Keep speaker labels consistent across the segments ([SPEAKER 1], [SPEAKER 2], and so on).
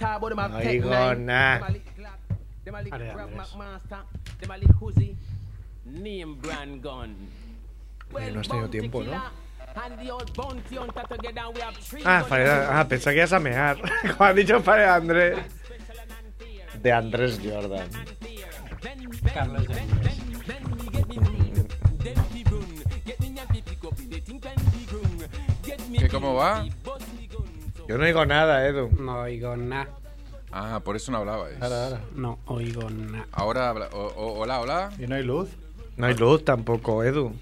[SPEAKER 1] No
[SPEAKER 2] digo
[SPEAKER 1] digo
[SPEAKER 2] nada.
[SPEAKER 1] nada.
[SPEAKER 2] Vale, Andrés.
[SPEAKER 1] Eh, no has tenido tiempo, ¿no?
[SPEAKER 2] Ah, Fareda- ah, pensé que ibas a mear. Como ha dicho Fareda Andrés. De Andrés Jordan.
[SPEAKER 3] Carlos de Andrés.
[SPEAKER 4] ¿Qué cómo va?
[SPEAKER 2] Yo no digo nada, Edu.
[SPEAKER 3] No oigo nada.
[SPEAKER 4] Ah, por eso no hablabais.
[SPEAKER 5] Ahora, ahora.
[SPEAKER 3] No oigo nada.
[SPEAKER 4] Ahora habla- o- o- hola, hola.
[SPEAKER 5] ¿Y no hay luz?
[SPEAKER 2] No hay luz tampoco, Edu.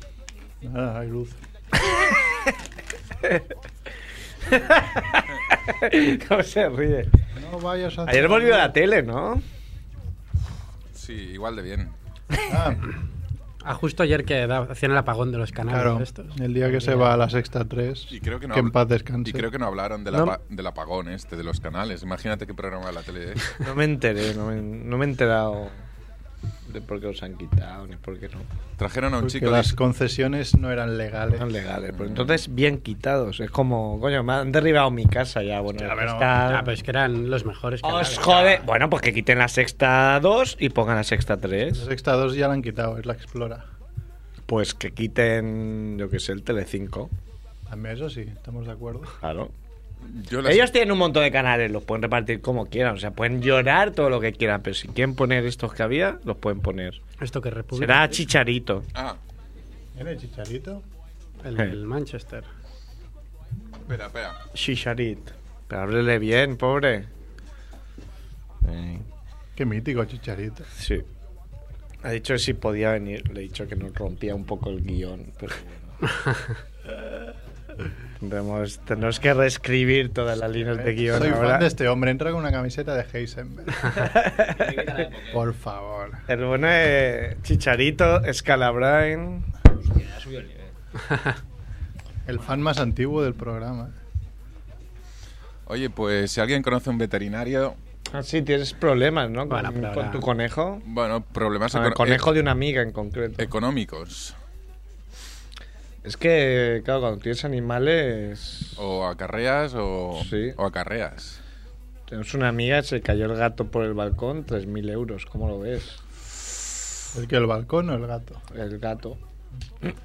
[SPEAKER 5] Ah, no hay luz.
[SPEAKER 2] ¿Cómo se ríe?
[SPEAKER 5] No vayas a...
[SPEAKER 2] Ayer volvió a la tele, ¿no?
[SPEAKER 4] Sí, igual de bien.
[SPEAKER 5] Ah,
[SPEAKER 3] Ah, justo ayer que da- hacían el apagón de los canales
[SPEAKER 5] claro,
[SPEAKER 3] estos.
[SPEAKER 5] el día que se va a la sexta 3,
[SPEAKER 4] Y creo que no
[SPEAKER 5] en
[SPEAKER 4] habl-
[SPEAKER 5] paz descanse.
[SPEAKER 4] Y creo que no hablaron del,
[SPEAKER 2] No.
[SPEAKER 4] apa- del apagón este de los canales. Imagínate qué programa de la tele es.
[SPEAKER 2] No me enteré, no me, no me he enterado de por qué os han quitado ni por qué no.
[SPEAKER 4] Trajeron a un
[SPEAKER 5] Porque
[SPEAKER 4] chico.
[SPEAKER 5] las
[SPEAKER 4] dis-
[SPEAKER 5] concesiones no eran legales.
[SPEAKER 2] Son legales, pero entonces bien quitados. Es como, coño, me han derribado mi casa ya. Bueno,
[SPEAKER 5] Hostia, pero-
[SPEAKER 2] está-
[SPEAKER 3] Ah, pues que eran los mejores canales.
[SPEAKER 2] Os jode. Bueno, pues que quiten la sexta 2 y pongan la sexta
[SPEAKER 5] La
[SPEAKER 2] 3.
[SPEAKER 5] sexta 2 ya la han quitado, es la Explora.
[SPEAKER 2] Pues que quiten, yo qué sé, el Telecinco.
[SPEAKER 5] También eso sí, estamos de acuerdo.
[SPEAKER 2] Claro.
[SPEAKER 4] Yo las-
[SPEAKER 2] Ellos tienen un montón de canales, los pueden repartir como quieran. O sea, pueden llorar todo lo que quieran, pero si quieren poner estos que había, los pueden poner.
[SPEAKER 3] Esto que República.
[SPEAKER 2] Será Chicharito.
[SPEAKER 4] Ah,
[SPEAKER 5] ¿Viene Chicharito?
[SPEAKER 3] El, el Manchester.
[SPEAKER 4] espera, espera.
[SPEAKER 2] Chicharito. Pero háblele bien, pobre. Eh,
[SPEAKER 5] Qué mítico Chicharito.
[SPEAKER 2] Sí. Ha dicho que si podía venir. Le he dicho que nos rompía un poco el guión, pero bueno. Tendremos, tendremos que reescribir todas las líneas de guión
[SPEAKER 5] Soy
[SPEAKER 2] ahora.
[SPEAKER 5] fan de este hombre, entra con una camiseta de Heisenberg. Por favor.
[SPEAKER 2] El bueno de Chicharito, Scalabrine.
[SPEAKER 5] El fan más antiguo del programa.
[SPEAKER 4] Oye, pues si alguien conoce a un veterinario.
[SPEAKER 2] Ah, sí, tienes problemas, ¿no? Con,
[SPEAKER 3] Bueno, pero
[SPEAKER 2] con
[SPEAKER 3] ahora-
[SPEAKER 2] tu conejo.
[SPEAKER 4] Bueno, problemas
[SPEAKER 2] Con el eh,
[SPEAKER 4] econo-
[SPEAKER 2] Ah, conejo de una amiga en concreto.
[SPEAKER 4] e- económicos.
[SPEAKER 2] Es que, claro, cuando tienes animales.
[SPEAKER 4] O acarreas o,
[SPEAKER 2] Sí.
[SPEAKER 4] o acarreas.
[SPEAKER 2] Tenemos una amiga, se cayó el gato por el balcón, 3.000 euros. ¿Cómo lo ves?
[SPEAKER 5] ¿El que el balcón o el gato?
[SPEAKER 2] El gato.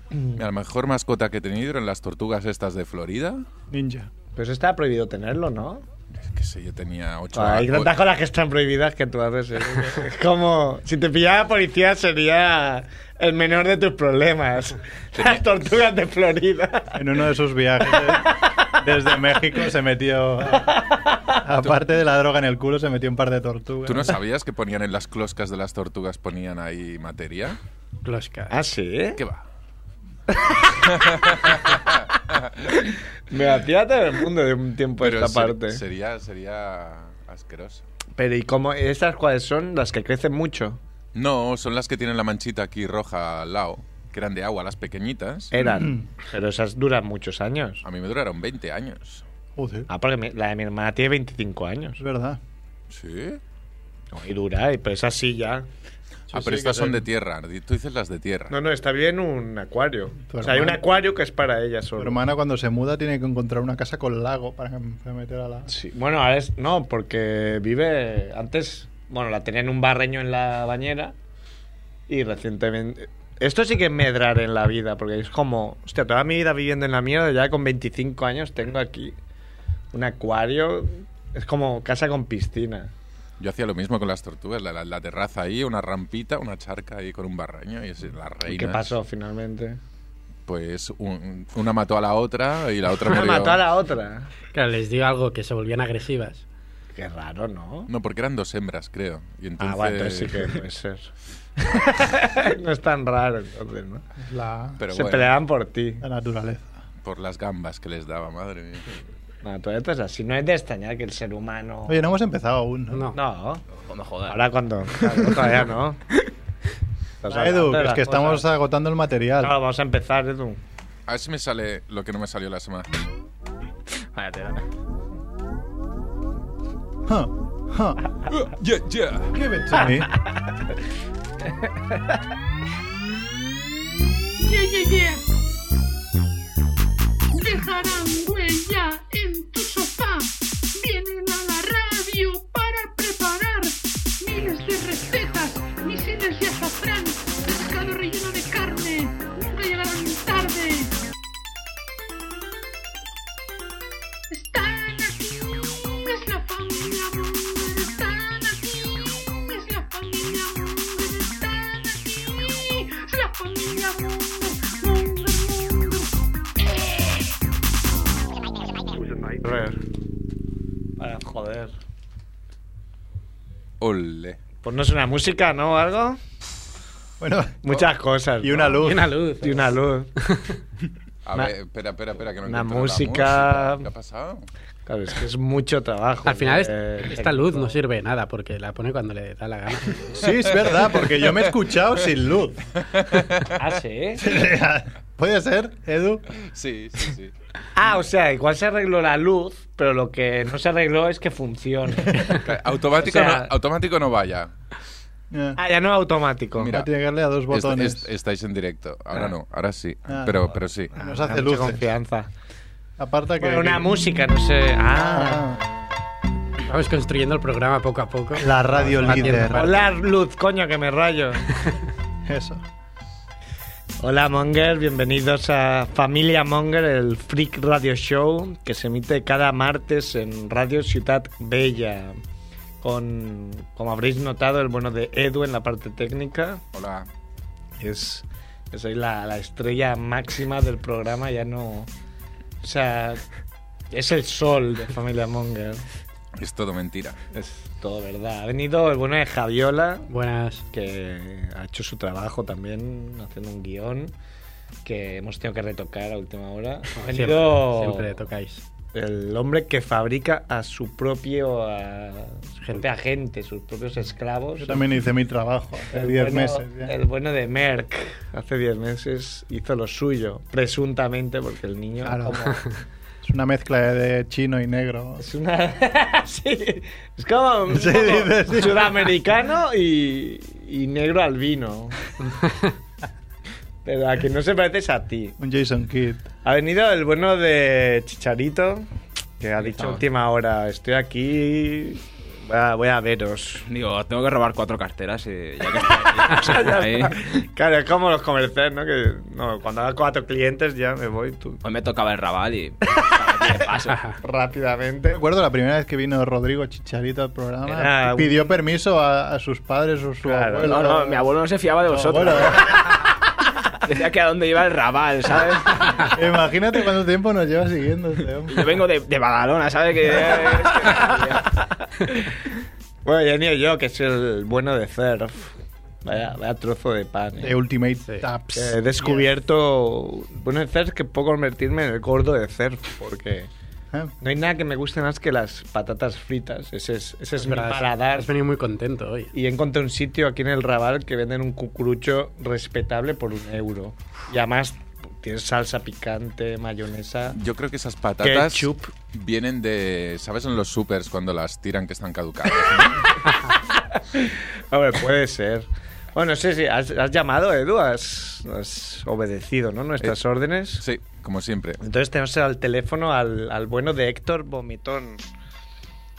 [SPEAKER 4] Mira, la mejor mascota que he tenido en las tortugas estas de Florida.
[SPEAKER 5] Ninja.
[SPEAKER 2] Pero eso está prohibido tenerlo, ¿no?
[SPEAKER 4] Que sé, yo tenía ocho
[SPEAKER 2] hay
[SPEAKER 4] años.
[SPEAKER 2] tantas cosas que están prohibidas que tú haces. ¿eh? Es como. Si te pillara la policía, sería el menor de tus problemas. Las tortugas de Florida.
[SPEAKER 5] En uno de sus viajes desde México se metió. Aparte de la droga en el culo, se metió un par de tortugas.
[SPEAKER 4] ¿Tú no sabías que ponían en las closcas de las tortugas ponían ahí materia?
[SPEAKER 3] Kloska.
[SPEAKER 2] Ah, sí.
[SPEAKER 4] ¿Qué va?
[SPEAKER 2] Me hacía tener el mundo de un tiempo a Pues esta
[SPEAKER 4] ser-
[SPEAKER 2] parte.
[SPEAKER 4] Sería, sería asqueroso.
[SPEAKER 2] Pero ¿y cómo? ¿Estas cuáles son? Las que crecen mucho.
[SPEAKER 4] No, son las que tienen la manchita aquí roja al lado, que eran de agua, las pequeñitas.
[SPEAKER 5] Mm.
[SPEAKER 2] Eran. Pero esas duran muchos años.
[SPEAKER 4] A mí me duraron 20 años.
[SPEAKER 5] Joder,
[SPEAKER 2] Ah, porque mi- la de mi hermana tiene 25
[SPEAKER 5] es
[SPEAKER 2] años.
[SPEAKER 5] verdad.
[SPEAKER 4] ¿Sí?
[SPEAKER 2] Y dura, y- pero es así ya.
[SPEAKER 4] ah,
[SPEAKER 5] sí,
[SPEAKER 4] pero estas
[SPEAKER 5] que
[SPEAKER 4] son
[SPEAKER 5] te-
[SPEAKER 4] de tierra. Tú dices las de tierra.
[SPEAKER 2] No, no, está bien un acuario.
[SPEAKER 5] Tu
[SPEAKER 2] O sea, hay un
[SPEAKER 5] hermana-
[SPEAKER 2] acuario que es para ella
[SPEAKER 5] Tu
[SPEAKER 2] solo.
[SPEAKER 5] hermana cuando se muda tiene que encontrar una casa con lago para, para meter a la...
[SPEAKER 2] Sí, Bueno, ahora es. No, porque vive. Antes. Bueno, la tenía en un barreño en la bañera. Y recientemente. Esto sí que es medrar en la vida, porque es como. Hostia, toda mi vida viviendo en la mierda, ya con 25 años tengo aquí un acuario. Es como casa con piscina.
[SPEAKER 4] Yo hacía lo mismo con las tortugas. La, la- la terraza ahí, una rampita, una charca ahí con un barraño y es la reina.
[SPEAKER 2] ¿Y qué pasó finalmente?
[SPEAKER 4] Pues un- una mató a la otra y la otra
[SPEAKER 2] Una
[SPEAKER 4] murió.
[SPEAKER 2] Ah, mató a la otra.
[SPEAKER 3] Claro, les digo algo que se volvían agresivas.
[SPEAKER 2] Qué raro, ¿no?
[SPEAKER 4] No, porque eran dos hembras, creo. Y entonces...
[SPEAKER 2] Ah, bueno, entonces sí que puede ser. no es tan raro, entonces, ¿no?
[SPEAKER 5] la,
[SPEAKER 4] Pero
[SPEAKER 2] Se
[SPEAKER 4] bueno,
[SPEAKER 2] peleaban por ti.
[SPEAKER 5] la naturaleza.
[SPEAKER 4] por las gambas que les daba, madre mía.
[SPEAKER 2] La naturaleza es así. No es de extrañar que el ser humano.
[SPEAKER 5] Oye, no hemos empezado aún. ¿no?
[SPEAKER 3] Pues No.
[SPEAKER 2] No.
[SPEAKER 6] No jodas.
[SPEAKER 2] Ahora cuando. Claro, todavía no. Estás
[SPEAKER 5] Ah,
[SPEAKER 2] hablando
[SPEAKER 5] Edu,
[SPEAKER 2] de
[SPEAKER 5] es
[SPEAKER 2] las
[SPEAKER 5] que estamos
[SPEAKER 2] cosas.
[SPEAKER 5] agotando el material.
[SPEAKER 2] No, vamos a empezar, Edu.
[SPEAKER 4] A ver si me sale lo que no me salió la semana.
[SPEAKER 6] Vaya tela.
[SPEAKER 5] Huh, huh,
[SPEAKER 4] Yeah, yeah.
[SPEAKER 5] give it to me.
[SPEAKER 7] Yeah, yeah, yeah. Dejarán huella en tu sofá. Vienen a la radio
[SPEAKER 2] Joder.
[SPEAKER 4] Ole.
[SPEAKER 2] Ponnos una música, Pues ¿no? ¿Algo?
[SPEAKER 5] Bueno,
[SPEAKER 2] Muchas cosas.
[SPEAKER 5] y una
[SPEAKER 2] ¿no?
[SPEAKER 5] luz.
[SPEAKER 3] Y una luz.
[SPEAKER 2] Y una luz.
[SPEAKER 4] A
[SPEAKER 2] Una-
[SPEAKER 4] ver, espera, espera, espera, que no
[SPEAKER 2] una
[SPEAKER 4] encuentro la
[SPEAKER 2] música-
[SPEAKER 4] ¿Qué ha pasado?
[SPEAKER 2] Claro, es que es mucho trabajo.
[SPEAKER 3] Al final,
[SPEAKER 2] eh,
[SPEAKER 3] es- esta luz no sirve de nada porque la pone cuando le da la gana.
[SPEAKER 5] Sí, es verdad, porque yo me he escuchado sin luz.
[SPEAKER 2] Ah, sí.
[SPEAKER 5] ¿Puede ser, Edu?
[SPEAKER 4] Sí, sí, sí.
[SPEAKER 2] Ah, o sea, igual se arregló la luz, pero lo que no se arregló es que funcione.
[SPEAKER 4] Claro, Automático,
[SPEAKER 2] O sea-
[SPEAKER 4] no, automático no vaya.
[SPEAKER 5] Eh,
[SPEAKER 2] ah, ya no es automático.
[SPEAKER 4] Mira, este,
[SPEAKER 5] tiene que darle a dos
[SPEAKER 4] Est-
[SPEAKER 5] botones.
[SPEAKER 4] est- estáis en directo. Ahora no, ahora sí.
[SPEAKER 5] Ah,
[SPEAKER 4] pero,
[SPEAKER 5] no.
[SPEAKER 4] pero sí.
[SPEAKER 5] Nos
[SPEAKER 2] Ah, mucha
[SPEAKER 5] hace luces.
[SPEAKER 2] confianza.
[SPEAKER 5] Aparta que...
[SPEAKER 2] Bueno, una
[SPEAKER 5] que-
[SPEAKER 2] música, no sé. Ah.
[SPEAKER 5] Ah,
[SPEAKER 3] Vamos construyendo el programa poco a poco.
[SPEAKER 5] la radio
[SPEAKER 3] Vamos
[SPEAKER 5] líder.
[SPEAKER 3] batiendo.
[SPEAKER 2] Hola, luz, coño, que me rayo.
[SPEAKER 5] Eso.
[SPEAKER 2] Hola Monger, bienvenidos a Familia Monger, el Freak Radio Show que se emite cada martes en Radio Ciudad Bella. Con, como habréis notado, el bueno de Edu en la parte técnica.
[SPEAKER 4] Hola.
[SPEAKER 2] Es, es ahí la, la estrella máxima del programa, ya no... O sea, es el sol de Familia Monger.
[SPEAKER 4] Es todo mentira.
[SPEAKER 2] Es todo verdad. Ha venido el bueno de Javiola,
[SPEAKER 3] Buenas.
[SPEAKER 2] que ha hecho su trabajo también haciendo un guión que hemos tenido que retocar a última hora. Ha
[SPEAKER 3] Siempre,
[SPEAKER 2] venido
[SPEAKER 3] siempre tocáis.
[SPEAKER 2] el hombre que fabrica a su propio a, su
[SPEAKER 3] Gente.
[SPEAKER 2] propia gente, sus propios esclavos.
[SPEAKER 5] Yo también hice mi trabajo hace 10
[SPEAKER 2] bueno,
[SPEAKER 5] meses. ya.
[SPEAKER 2] el bueno de Merck hace 10 meses hizo lo suyo, presuntamente, porque el niño
[SPEAKER 5] Claro.
[SPEAKER 2] como-
[SPEAKER 5] Es una mezcla de chino y negro.
[SPEAKER 2] es una sí, es como un
[SPEAKER 5] Sí,
[SPEAKER 2] poco
[SPEAKER 5] dices, sí.
[SPEAKER 2] sudamericano y, y negro albino. Pero a que no se pareces a ti.
[SPEAKER 5] Un Jason Kidd.
[SPEAKER 2] Ha venido el bueno de Chicharito, que ha dicho
[SPEAKER 4] favor.
[SPEAKER 2] última hora, estoy aquí, voy a, voy a veros.
[SPEAKER 8] Digo, tengo que robar cuatro carteras y ya que está ahí, ahí.
[SPEAKER 2] Claro, es como los comerciales, ¿no? Que no, cuando haga cuatro clientes ya me voy tú.
[SPEAKER 8] Hoy me tocaba el rabal y.
[SPEAKER 2] rápidamente.
[SPEAKER 5] Recuerdo la primera vez que vino Rodrigo Chicharito al programa.
[SPEAKER 2] Era
[SPEAKER 5] y
[SPEAKER 2] un-
[SPEAKER 5] pidió permiso a, a sus padres o su
[SPEAKER 2] Claro,
[SPEAKER 5] abuelo.
[SPEAKER 8] abuelo no se fiaba de
[SPEAKER 5] Tu abuelo.
[SPEAKER 8] Decía que a dónde iba el rabal, ¿sabes?
[SPEAKER 5] ¿eh? Imagínate cuánto tiempo nos lleva siguiendo este hombre.
[SPEAKER 8] Yo vengo de, de Badalona, ¿sabes? Que, eh,
[SPEAKER 2] Bueno, ya ni yo, que soy el bueno de Surf. Vaya, vaya trozo de pan. ¿eh?
[SPEAKER 5] De Ultimate
[SPEAKER 3] Sí.
[SPEAKER 5] Taps.
[SPEAKER 2] Que He descubierto, bueno, de surf que puedo convertirme en el gordo de surf, porque
[SPEAKER 5] ¿Eh?
[SPEAKER 2] no hay nada que me guste más que las patatas fritas. Ese es, ese es mi
[SPEAKER 3] Pero has-
[SPEAKER 2] paladar.
[SPEAKER 3] Has venido muy contento hoy.
[SPEAKER 2] Y encontré un sitio aquí en el Raval que venden un cucurucho respetable por un euro. Y además tienes salsa picante, mayonesa.
[SPEAKER 4] Yo creo que esas patatas
[SPEAKER 2] Ketchup.
[SPEAKER 4] vienen de. ¿Sabes en los supers cuando las tiran que están caducadas?
[SPEAKER 2] A ver, puede ser. Bueno, sí, sí, has, has llamado, Edu, has, has obedecido ¿no? nuestras órdenes.
[SPEAKER 4] sí, como siempre.
[SPEAKER 2] Entonces tenemos al teléfono al, al bueno de Héctor Vomitón.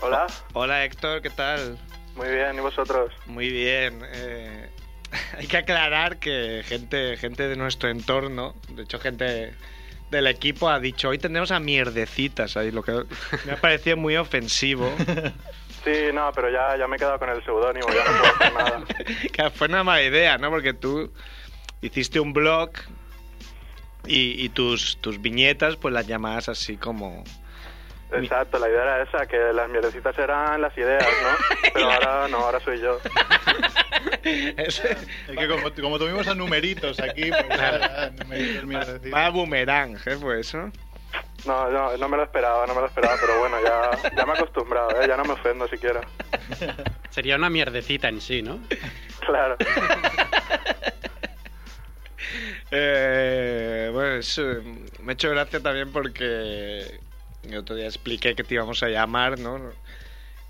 [SPEAKER 9] Hola,
[SPEAKER 2] Hola Héctor, ¿qué tal?
[SPEAKER 9] muy bien, ¿y vosotros?
[SPEAKER 2] Muy bien. eh, hay que aclarar que gente, gente de nuestro entorno, de hecho gente del equipo ha dicho, hoy tendremos a mierdecitas ahí, lo que me ha parecido muy ofensivo.
[SPEAKER 9] Sí, no, pero ya, ya me he quedado con el seudónimo, ya no puedo hacer nada.
[SPEAKER 2] que fue una mala idea, ¿no? Porque tú hiciste un blog y, y tus, tus viñetas pues las llamabas así como...
[SPEAKER 9] Exacto, la idea era esa, que las mierdecitas eran las ideas, ¿no? Pero ahora no, ahora soy yo.
[SPEAKER 5] Es que como, como tuvimos a numeritos aquí, pues ah, numeritos, mierda, tío.
[SPEAKER 2] Va a boomerang, ¿eh? Fue eso.
[SPEAKER 9] No, no, no me lo esperaba, no me lo esperaba, pero bueno, ya, ya me he acostumbrado, ¿eh? ya no me ofendo siquiera.
[SPEAKER 3] Sería una mierdecita en sí, ¿no?
[SPEAKER 9] Claro.
[SPEAKER 2] Eh, bueno, es, eh, me ha hecho gracia también porque el otro día expliqué que te íbamos a llamar, ¿no?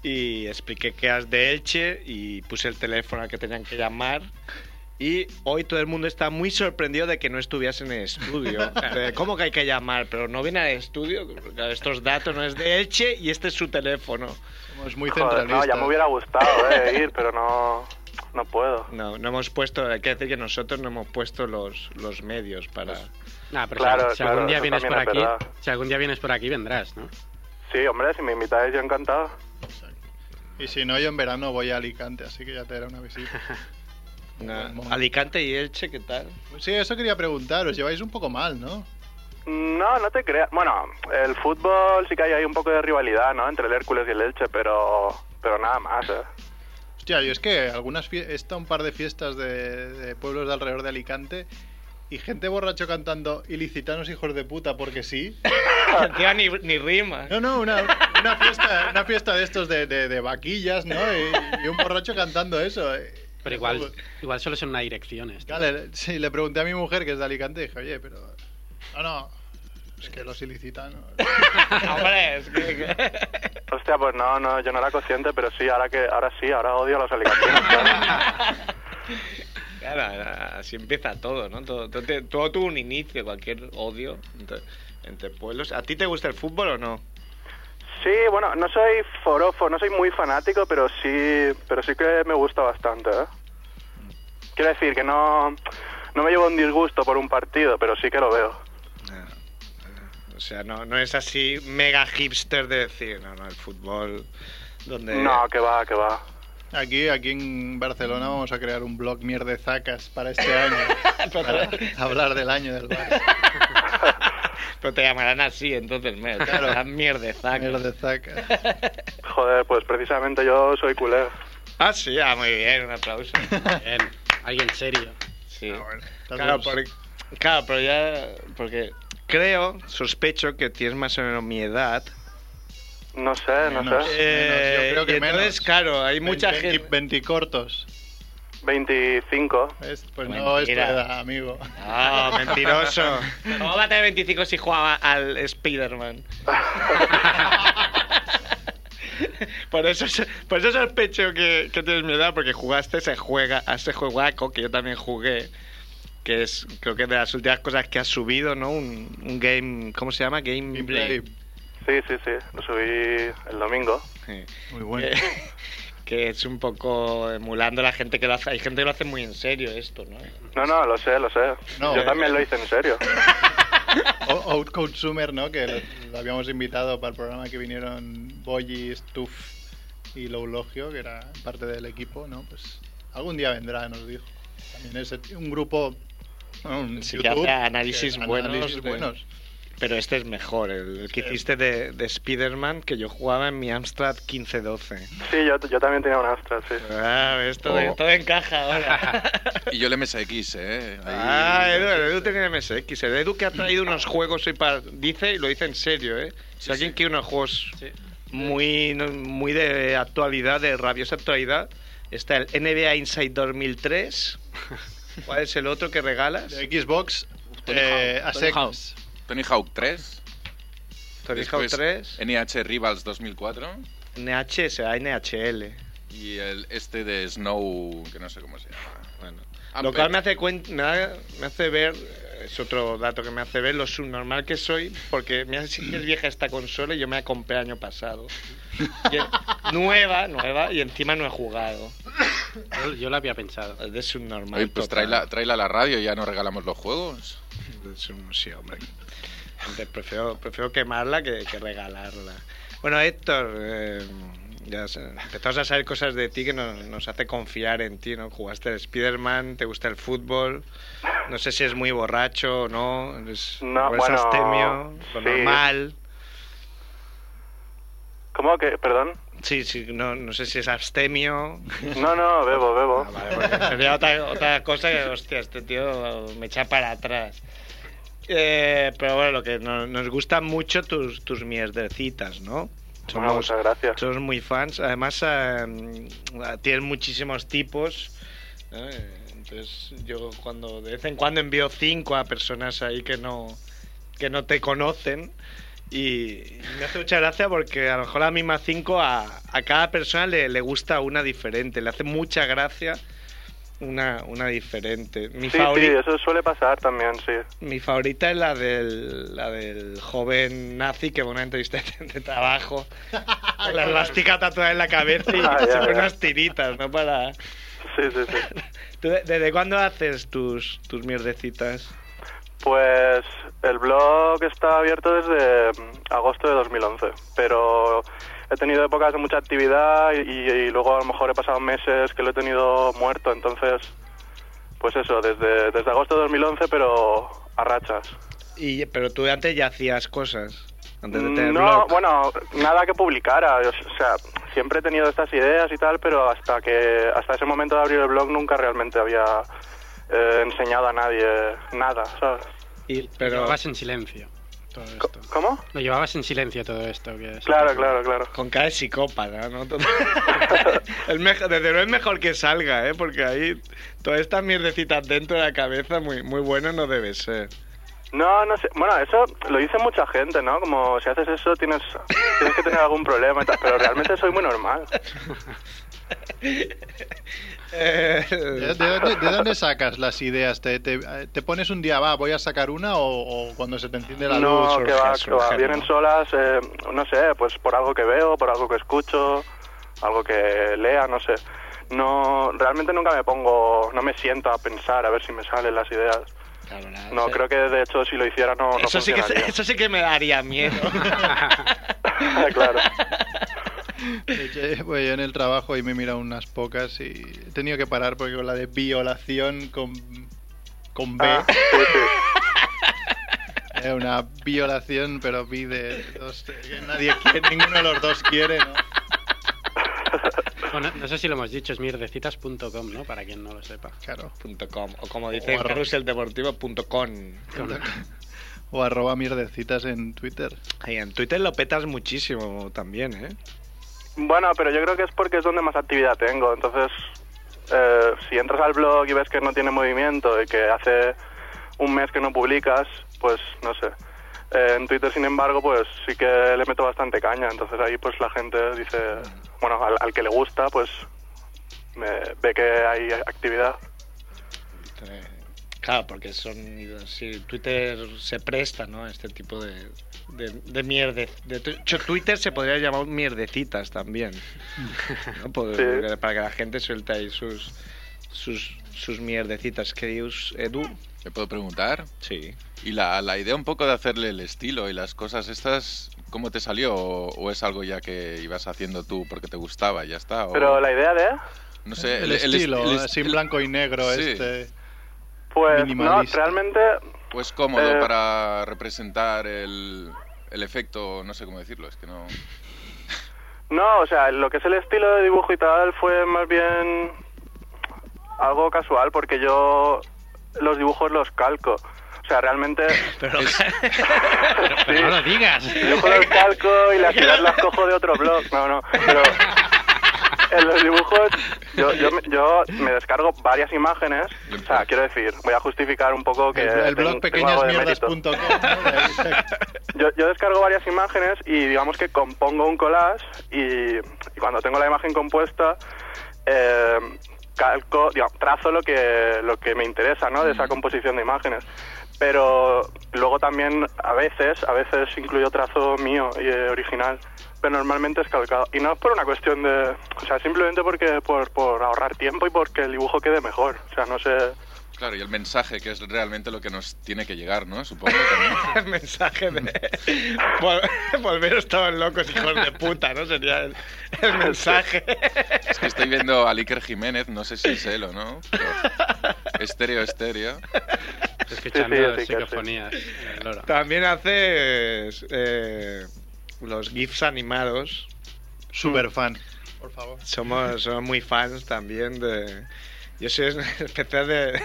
[SPEAKER 2] Y expliqué que eras de Elche y puse el teléfono al que tenían que llamar. Y hoy todo el mundo está muy sorprendido de que no estuviese en el estudio. De, ¿Cómo que hay que llamar? Pero no viene al estudio. Estos datos no es de Elche y este es su teléfono.
[SPEAKER 5] Somos muy
[SPEAKER 9] Joder, no,
[SPEAKER 5] centralistas.
[SPEAKER 9] ya me hubiera gustado eh, ir, pero no, no puedo.
[SPEAKER 2] No, no hemos puesto, hay que decir que nosotros no hemos puesto los, los medios para...
[SPEAKER 3] Nah, pero si,
[SPEAKER 9] Claro,
[SPEAKER 3] si
[SPEAKER 9] claro,
[SPEAKER 3] algún día
[SPEAKER 9] eso
[SPEAKER 3] vienes por
[SPEAKER 9] también
[SPEAKER 3] aquí,
[SPEAKER 9] es verdad.
[SPEAKER 3] si algún día vienes por aquí vendrás, ¿no?
[SPEAKER 9] Sí, hombre, si me invitáis yo encantado.
[SPEAKER 5] Y si no, yo en verano voy a Alicante, así que ya te daré una visita.
[SPEAKER 2] Nah. Alicante y Elche, ¿qué tal?
[SPEAKER 5] Pues sí, eso quería preguntar, os lleváis un poco mal, ¿no?
[SPEAKER 9] No, no te creas. Bueno, el fútbol sí que hay ahí un poco de rivalidad, ¿no? Entre el Hércules y el Elche, pero, pero nada más. ¿eh?
[SPEAKER 5] Hostia, yo es que algunas fie- he estado a un par de fiestas de, de pueblos de alrededor de Alicante y gente borracho cantando ilicitanos hijos de puta porque sí.
[SPEAKER 10] Tío, ni, ni rima.
[SPEAKER 5] No, no, una, una fiesta, una fiesta de estos de, de- de vaquillas, ¿no? Y, y un borracho cantando eso. eh.
[SPEAKER 3] Pero igual, igual solo son una dirección esto.
[SPEAKER 5] Claro, le- sí, le pregunté a mi mujer que es de Alicante y dije, oye, pero... No, no, es que los ilicitanos...
[SPEAKER 10] Hombre, es que- que-
[SPEAKER 9] Hostia, pues no, no, yo no era consciente, pero sí, ahora que ahora sí, ahora odio a los alicantinos. claro.
[SPEAKER 10] Claro, así empieza todo, ¿no? Todo, todo te- todo tuvo un inicio, cualquier odio entre, entre pueblos.
[SPEAKER 2] ¿A ti te gusta el fútbol o no?
[SPEAKER 9] Sí, bueno, no soy forofo, no soy muy fanático, pero sí, pero sí que me gusta bastante. ¿eh? Quiero decir que no, no me llevo un disgusto por un partido, pero sí que lo veo.
[SPEAKER 2] O sea, no, no es así mega hipster de decir, no, no, el fútbol donde...
[SPEAKER 9] No, que va, que va.
[SPEAKER 5] Aquí, aquí en Barcelona vamos a crear un blog mierdezacas para este año. para hablar del año del bar.
[SPEAKER 10] Pero te llamarán así, entonces, me
[SPEAKER 5] Claro.
[SPEAKER 10] claro. mierdezaca.
[SPEAKER 5] Mierdezacas.
[SPEAKER 9] Joder, pues precisamente yo soy culé.
[SPEAKER 2] Ah, sí, ah, muy bien.
[SPEAKER 10] Un aplauso.
[SPEAKER 3] Bien, alguien serio.
[SPEAKER 10] Sí.
[SPEAKER 2] Claro,
[SPEAKER 5] pues.
[SPEAKER 2] por- claro, pero ya... Porque creo, sospecho que tienes más o menos mi edad.
[SPEAKER 9] No sé, no
[SPEAKER 5] Menos.
[SPEAKER 9] sé.
[SPEAKER 2] Eh,
[SPEAKER 5] yo creo que
[SPEAKER 2] y entonces,
[SPEAKER 5] menos.
[SPEAKER 2] claro, hay mucha gente...
[SPEAKER 5] 20 cortos.
[SPEAKER 9] 25.
[SPEAKER 5] ¿ves? Pues no
[SPEAKER 10] Bueno,
[SPEAKER 5] es tu
[SPEAKER 10] mira.
[SPEAKER 5] edad, amigo.
[SPEAKER 2] Ah, mentiroso.
[SPEAKER 10] ¿Cómo va a tener 25 si jugaba al Spider-Man?
[SPEAKER 2] Por eso, por eso sospecho que, que tienes mi edad, porque jugaste ese, juega, a ese juegaco que yo también jugué, que es, creo que es de las últimas cosas que has subido, ¿no? Un, un game, ¿cómo se llama? Game
[SPEAKER 5] Gameplay.
[SPEAKER 9] Sí, sí, sí. Lo subí el domingo.
[SPEAKER 2] Sí.
[SPEAKER 11] Muy bueno.
[SPEAKER 2] Que, que es un poco emulando a la gente que lo hace. Hay gente que lo hace muy en serio esto, ¿no?
[SPEAKER 9] No, no, lo sé, lo sé.
[SPEAKER 5] No,
[SPEAKER 9] yo
[SPEAKER 5] eh.
[SPEAKER 9] también lo hice en serio.
[SPEAKER 5] O- Outcoat Summer, ¿no? Que lo, lo habíamos invitado para el programa que vinieron Boyi, Stuff y Loulogio, que era parte del equipo, ¿no? Pues algún día vendrá, nos dijo. También es un grupo. bueno, un
[SPEAKER 2] Sí, que hace análisis
[SPEAKER 5] que-
[SPEAKER 2] buenos
[SPEAKER 5] análisis
[SPEAKER 2] de-
[SPEAKER 5] buenos.
[SPEAKER 2] Pero este es mejor, el, el que
[SPEAKER 4] Eh,
[SPEAKER 5] Sí.
[SPEAKER 2] hiciste de, de Spider-Man, que yo jugaba en mi Amstrad 1512.
[SPEAKER 9] Sí, yo, yo también tenía un Astra, sí.
[SPEAKER 2] Ah, ves, todo,
[SPEAKER 4] Oh.
[SPEAKER 2] todo encaja ahora.
[SPEAKER 4] Y yo el MSX, ¿eh? Ahí-
[SPEAKER 2] Ah, Edu, el Edu tiene MSX. El Edu que ha traído unos juegos hoy para... Dice, y lo dice en serio, ¿eh? Si alguien quiere unos juegos muy, no- muy de actualidad, de rabiosa actualidad, está el NBA Inside 2003. ¿Cuál es el otro que regalas?
[SPEAKER 5] De Xbox
[SPEAKER 6] Tony
[SPEAKER 5] eh,
[SPEAKER 6] Hawk,
[SPEAKER 5] a
[SPEAKER 6] Tony Hawk.
[SPEAKER 5] secas.
[SPEAKER 4] Tony Hawk 3.
[SPEAKER 2] Tony Hawk
[SPEAKER 4] después
[SPEAKER 2] 3.
[SPEAKER 4] NH Rivals 2004.
[SPEAKER 2] NH será NHL.
[SPEAKER 4] Y el este de Snow, que no sé cómo se llama. Ah,
[SPEAKER 2] Bueno.
[SPEAKER 4] Ampere.
[SPEAKER 2] Lo cual me hace, cuen- me, ha- me hace ver, eh, es otro dato que me hace ver lo subnormal que soy, porque me hace que es vieja esta consola y yo me la compré año pasado. Y es nueva, nueva, y encima no he jugado.
[SPEAKER 3] Yo, yo lo había pensado.
[SPEAKER 2] Es de subnormal.
[SPEAKER 4] Oye, pues
[SPEAKER 2] total.
[SPEAKER 4] tráela, tráela a la radio y ya nos regalamos los juegos.
[SPEAKER 2] Es un- sí, hombre. Entonces, prefiero, prefiero quemarla que, que regalarla. Bueno, Héctor, eh, ya se- empezamos a saber cosas de ti que nos, nos hace confiar en ti, ¿no? Jugaste al Spider-Man, te gusta el fútbol, no sé si es muy borracho o no, eres,
[SPEAKER 9] No,
[SPEAKER 2] o eres
[SPEAKER 9] bueno,
[SPEAKER 2] abstemio, lo
[SPEAKER 9] sí.
[SPEAKER 2] normal.
[SPEAKER 9] ¿Cómo que? Perdón.
[SPEAKER 2] Sí, sí, no, no sé si es abstemio.
[SPEAKER 9] No, no, bebo, bebo.
[SPEAKER 2] Ah, vale, porque sería otra, otra cosa que, hostia, este tío me echa para atrás. Eh, pero bueno, lo que no- nos gustan mucho tus, tus mierdecitas, ¿no?
[SPEAKER 9] Bueno, muchas gracias.
[SPEAKER 2] Somos muy fans. Además, eh, tienes muchísimos tipos. ¿no? Eh, Entonces, yo cuando de vez en cuando envío cinco a personas ahí que no, que no te conocen. Y me hace mucha gracia porque a lo mejor a la misma cinco a, a cada persona le, le gusta una diferente. Le hace mucha gracia una, una diferente. Mi,
[SPEAKER 9] Sí, sí,
[SPEAKER 2] favori-
[SPEAKER 9] eso suele pasar también, sí.
[SPEAKER 2] mi favorita es la del, la del joven nazi que va a una entrevista de, de trabajo. con la elástica tatuada en la cabeza y
[SPEAKER 9] Ah, ya,
[SPEAKER 2] se pone
[SPEAKER 9] ya.
[SPEAKER 2] unas tiritas, ¿no? Para...
[SPEAKER 9] Sí, sí, sí.
[SPEAKER 2] ¿Tú de- ¿Desde cuándo haces tus, tus mierdecitas?
[SPEAKER 9] Pues el blog está abierto desde mm, agosto de 2011, pero he tenido épocas de mucha actividad y, y luego a lo mejor he pasado meses que lo he tenido muerto, entonces, pues eso, desde, desde agosto de 2011, pero a rachas.
[SPEAKER 2] Y, pero tú antes ya hacías cosas. Antes de tener
[SPEAKER 9] Mm, No,
[SPEAKER 2] blog.
[SPEAKER 9] bueno, nada que publicara. O sea, siempre he tenido estas ideas y tal, pero hasta que hasta ese momento de abrir el blog nunca realmente había eh, enseñado a nadie nada, ¿sabes?
[SPEAKER 2] Y-
[SPEAKER 3] Lo
[SPEAKER 2] pero
[SPEAKER 3] llevabas en silencio. Todo esto.
[SPEAKER 9] ¿Cómo?
[SPEAKER 3] Lo llevabas en silencio todo esto. que es-
[SPEAKER 9] Claro, claro, claro.
[SPEAKER 2] con cada psicópata, ¿no? Todo- el mejo- desde luego es mejor que salga, ¿eh? Porque ahí todas estas mierdecitas dentro de la cabeza muy, muy bueno no debe ser.
[SPEAKER 9] No, no sé. Bueno, eso lo dice mucha gente, ¿no? Como si haces eso tienes, tienes que tener algún problema y tal, pero realmente soy muy normal.
[SPEAKER 2] Eh,
[SPEAKER 5] ¿De, de dónde, de dónde sacas las ideas? ¿Te, te, eh, te pones un día, va, voy a sacar una o, o cuando se te enciende la
[SPEAKER 9] no,
[SPEAKER 5] luz?
[SPEAKER 9] que
[SPEAKER 5] surge-
[SPEAKER 9] va, que
[SPEAKER 5] surge,
[SPEAKER 9] va.
[SPEAKER 5] ¿no?
[SPEAKER 9] Vienen solas, eh, no sé, pues por algo que veo, por algo que escucho, algo que lea, no sé. No, realmente nunca me pongo, no me siento a pensar a ver si me salen las ideas.
[SPEAKER 2] claro, nada,
[SPEAKER 9] No,
[SPEAKER 2] o sea,
[SPEAKER 9] creo que de hecho si lo hiciera no, no
[SPEAKER 2] eso, sí que,
[SPEAKER 9] funcionaría.
[SPEAKER 2] eso sí que me daría miedo.
[SPEAKER 9] claro.
[SPEAKER 5] De hecho, eh, pues yo en el trabajo y me he mirado unas pocas y he tenido que parar porque con la de violación con, con B
[SPEAKER 9] Ah, sí, sí.
[SPEAKER 5] era una violación, pero vi de dos, que nadie quiere, ninguno de los dos quiere, ¿no?
[SPEAKER 3] Bueno, no sé si lo hemos dicho, es mierdecitas.com, ¿no? Para quien no lo sepa.
[SPEAKER 5] Claro.
[SPEAKER 2] Punto com, o como dice
[SPEAKER 5] Guarro.
[SPEAKER 2] caruseldeportivo.com.
[SPEAKER 5] O arroba mierdecitas en Twitter.
[SPEAKER 2] Y en Twitter lo petas muchísimo también, ¿eh?
[SPEAKER 9] Bueno, pero yo creo que es porque es donde más actividad tengo. Entonces, eh, si entras al blog y ves que no tiene movimiento y que hace un mes que no publicas, pues no sé. Eh, en Twitter, sin embargo, pues sí que le meto bastante caña. Entonces ahí pues la gente dice, bueno, al, al que le gusta, pues me- ve que hay actividad.
[SPEAKER 2] Eh, Claro, porque son. Sí, Twitter se presta, ¿no? a Este tipo de, de, de mierde. De, tu- cho- Twitter se podría llamar mierdecitas también. ¿no? Por-
[SPEAKER 9] Sí.
[SPEAKER 2] Para que la gente suelte ahí sus, sus, sus mierdecitas. ¿Qué dios, Edu?
[SPEAKER 4] ¿Te puedo preguntar?
[SPEAKER 2] Sí.
[SPEAKER 4] Y la, la idea un poco de hacerle el estilo y las cosas estas, ¿cómo te salió? ¿O, o es algo ya que ibas haciendo tú porque te gustaba y ya está? ¿O-
[SPEAKER 9] Pero la idea de...
[SPEAKER 4] no sé,
[SPEAKER 5] el,
[SPEAKER 4] est-
[SPEAKER 5] estilo,
[SPEAKER 4] el est-
[SPEAKER 5] así en
[SPEAKER 4] el-
[SPEAKER 5] blanco y negro
[SPEAKER 4] Sí.
[SPEAKER 5] este.
[SPEAKER 9] Pues no,
[SPEAKER 5] Minimalista.
[SPEAKER 9] realmente...
[SPEAKER 4] ¿O es cómodo
[SPEAKER 9] Eh,
[SPEAKER 4] para representar el, el efecto, no sé cómo decirlo, es que no...
[SPEAKER 9] No, o sea, lo que es el estilo de dibujo y tal fue más bien algo casual porque yo los dibujos los calco. O sea, realmente
[SPEAKER 2] Pero,
[SPEAKER 3] Pero no lo digas.
[SPEAKER 9] dibujo los calco y las ideas las cojo de otro blog. No, no, pero en los dibujos yo, yo, me- yo me descargo varias imágenes. O sea, quiero decir, voy a justificar un poco que...
[SPEAKER 5] El, el blog
[SPEAKER 9] ten- eh, tengo algo de mérito.
[SPEAKER 5] pequeñasmierdas.com. ¿no? De ahí-
[SPEAKER 9] Yo, yo descargo varias imágenes y digamos que compongo un collage y, y cuando tengo la imagen compuesta eh, calco, digamos, trazo lo que, lo que me interesa ¿no? de esa composición de imágenes. Pero luego también a veces, a veces incluyo trazo mío y eh, original, pero normalmente es calcado. Y no es por una cuestión de... O sea, simplemente porque por, por ahorrar tiempo y porque el dibujo quede mejor. O sea, no sé...
[SPEAKER 4] Claro, y el mensaje, que es realmente lo que nos tiene que llegar, ¿no? Supongo también.
[SPEAKER 2] el mensaje de. vol- Volveros todos locos, hijos de puta, ¿no? Sería el, el mensaje.
[SPEAKER 4] Es que estoy viendo a Iker Jiménez, no sé si es él o no. pero Estéreo, estéreo.
[SPEAKER 3] Escuchando
[SPEAKER 9] Sí, sí, sí, que sí.
[SPEAKER 3] psicofonías. el loro.
[SPEAKER 2] También haces eh, los GIFs animados.
[SPEAKER 5] Super fan. Por favor.
[SPEAKER 2] Somos, somos muy fans también de... Yo soy en especial de,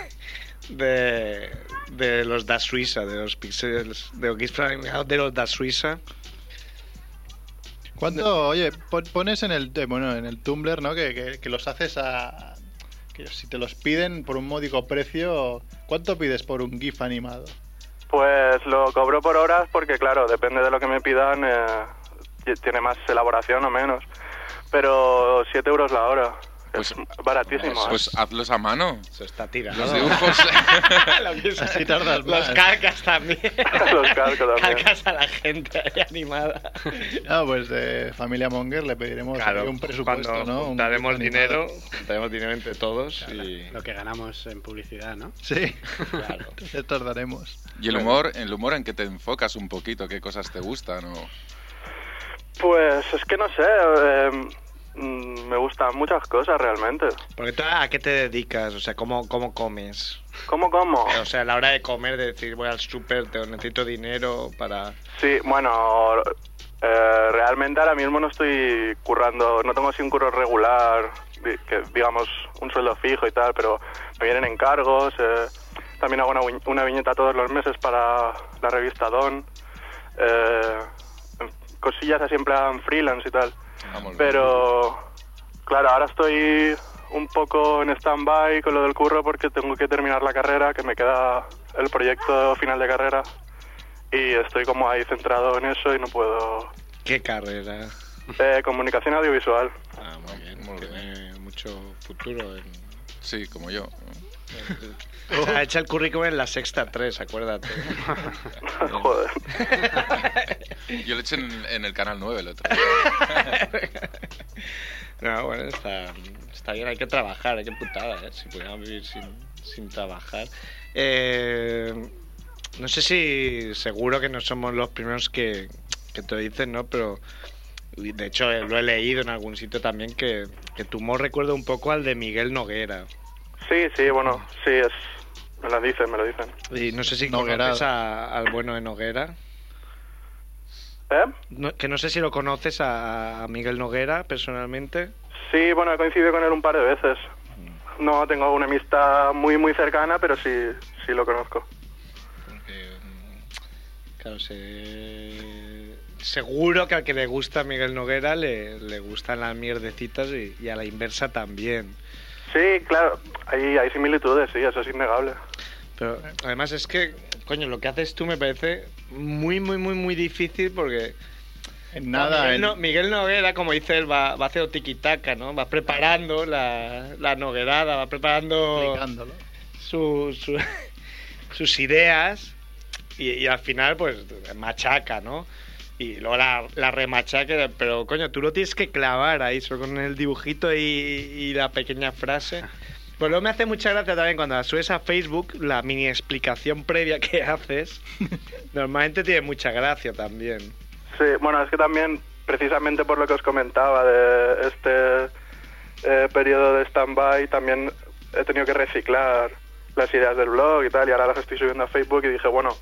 [SPEAKER 2] de, de los da Suiza, de los pixels, de los GIFs animados de los da Suiza.
[SPEAKER 5] ¿Cuánto, oye, pon- pones en el, eh, bueno, en el Tumblr, ¿no? Que, que- que los haces a... Que si te los piden por un módico precio, ¿cuánto pides por un GIF animado?
[SPEAKER 9] Pues lo cobro por horas porque, claro, depende de lo que me pidan, eh, ti- tiene más elaboración o menos. Pero 7 euros la hora.
[SPEAKER 4] Pues-
[SPEAKER 9] es baratísimo. ¿eh?
[SPEAKER 4] Pues hazlos a mano.
[SPEAKER 2] Eso está tirado.
[SPEAKER 4] Los dibujos.
[SPEAKER 2] Los GIFs-
[SPEAKER 5] Así tardas
[SPEAKER 2] los
[SPEAKER 5] más.
[SPEAKER 2] calcas también.
[SPEAKER 9] Los calco también.
[SPEAKER 2] Calcas a la gente ahí animada.
[SPEAKER 5] Ah, pues de Familia Monger le pediremos ahí un presupuesto,
[SPEAKER 2] cuando
[SPEAKER 5] ¿no? Un
[SPEAKER 2] juntaremos
[SPEAKER 5] GIF animado.
[SPEAKER 2] dinero, juntaremos dinero entre todos y...
[SPEAKER 3] Lo que ganamos en publicidad, ¿no?
[SPEAKER 5] Sí,
[SPEAKER 2] Claro.
[SPEAKER 5] ya tardaremos.
[SPEAKER 4] Y el humor, el humor en que te enfocas un poquito, qué cosas te gustan. O...
[SPEAKER 9] Pues es que no sé. eh, Mm, Me gustan muchas cosas realmente.
[SPEAKER 2] Porque tú a qué te dedicas, o sea, cómo, cómo comes.
[SPEAKER 9] ¿Cómo como?
[SPEAKER 2] O sea, a la hora de comer, de decir, voy al súper, te- necesito dinero para...
[SPEAKER 9] Sí, bueno, eh, realmente ahora mismo no estoy currando, no tengo así un curro regular, di- que digamos un sueldo fijo y tal, pero me vienen encargos, eh, también hago una, vi- una viñeta todos los meses para la revista Don, eh, cosillas así en plan freelance y tal.
[SPEAKER 4] Vamos,
[SPEAKER 9] Pero, claro, ahora estoy un poco en stand-by con lo del curro porque tengo que terminar la carrera, que me queda el proyecto final de carrera. Y estoy como ahí centrado en eso y no puedo...
[SPEAKER 2] ¿Qué carrera?
[SPEAKER 9] Eh, comunicación audiovisual.
[SPEAKER 2] Ah, muy bien,
[SPEAKER 4] Muy
[SPEAKER 2] tiene mucho futuro. En...
[SPEAKER 4] Sí, como yo.
[SPEAKER 2] O sea, Ah, echa el currículum en la sexta 3, acuérdate.
[SPEAKER 9] Joder.
[SPEAKER 4] Yo lo eché en, en el canal 9 el otro día.
[SPEAKER 2] No, bueno, está, está bien, hay que trabajar, hay que putada, ¿eh? Si pudiéramos vivir sin, sin trabajar. Eh, no sé si seguro que no somos los primeros que, que te lo dicen, ¿no? Pero y de hecho eh, lo he leído en algún sitio también que, que tu humor recuerda un poco al de Miguel Noguera.
[SPEAKER 9] Sí, sí, bueno, sí, es... Me lo dicen, me lo dicen.
[SPEAKER 2] Y no sé si
[SPEAKER 5] Noguerado.
[SPEAKER 2] conoces a- al bueno de Noguera.
[SPEAKER 9] ¿Eh?
[SPEAKER 2] No- que no sé si lo conoces a, a Miguel Noguera personalmente.
[SPEAKER 9] Sí, bueno, he coincidido con él un par de veces. No tengo una amistad muy, muy cercana, pero sí, sí lo conozco.
[SPEAKER 2] Porque, mm, claro, se- seguro que al que le gusta Miguel Noguera le, le gustan las mierdecitas y, y a la inversa también.
[SPEAKER 9] Sí, claro, hay, hay similitudes, sí, eso es innegable.
[SPEAKER 2] Pero además es que, coño, lo que haces tú me parece muy, muy, muy, muy difícil porque...
[SPEAKER 5] En nada,
[SPEAKER 2] Miguel,
[SPEAKER 5] en-
[SPEAKER 2] No- Miguel Noguera, como dice él, va, va haciendo tiquitaca, ¿no? Va preparando la, la noguerada, va preparando...
[SPEAKER 5] explicándolo.
[SPEAKER 2] su- su- sus ideas y, y al final pues machaca, ¿no? Y luego la, la remachaca, pero coño, tú lo tienes que clavar ahí, solo con el dibujito y, y la pequeña frase. Pues luego me hace mucha gracia también cuando la subes a Facebook, la mini explicación previa que haces, normalmente tiene mucha gracia también.
[SPEAKER 9] Sí, bueno, es que también, precisamente por lo que os comentaba de este eh, periodo de stand-by, también he tenido que reciclar las ideas del blog y tal, y ahora las estoy subiendo a Facebook y dije, bueno,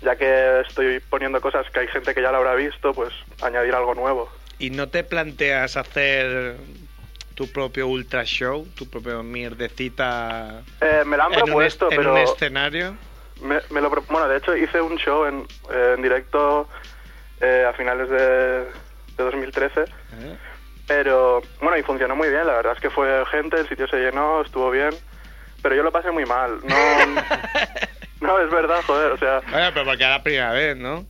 [SPEAKER 9] ya que estoy poniendo cosas que hay gente que ya la habrá visto, pues añadir algo nuevo.
[SPEAKER 2] ¿Y no te planteas hacer tu propio ultra show, tu propio mierdecita
[SPEAKER 9] Eh, me lo han
[SPEAKER 2] en un
[SPEAKER 9] propuesto,
[SPEAKER 2] es- en
[SPEAKER 9] pero...
[SPEAKER 2] un este escenario?
[SPEAKER 9] Me, me lo pro- bueno, de hecho hice un show en, eh, en directo eh, a finales de, de 2013. Pero bueno, y funcionó muy bien, la verdad es que fue gente, el sitio se llenó, estuvo bien. Pero yo lo pasé muy mal. No, no es verdad, joder, o sea,
[SPEAKER 2] Bueno, pero porque era la primera vez, ¿no?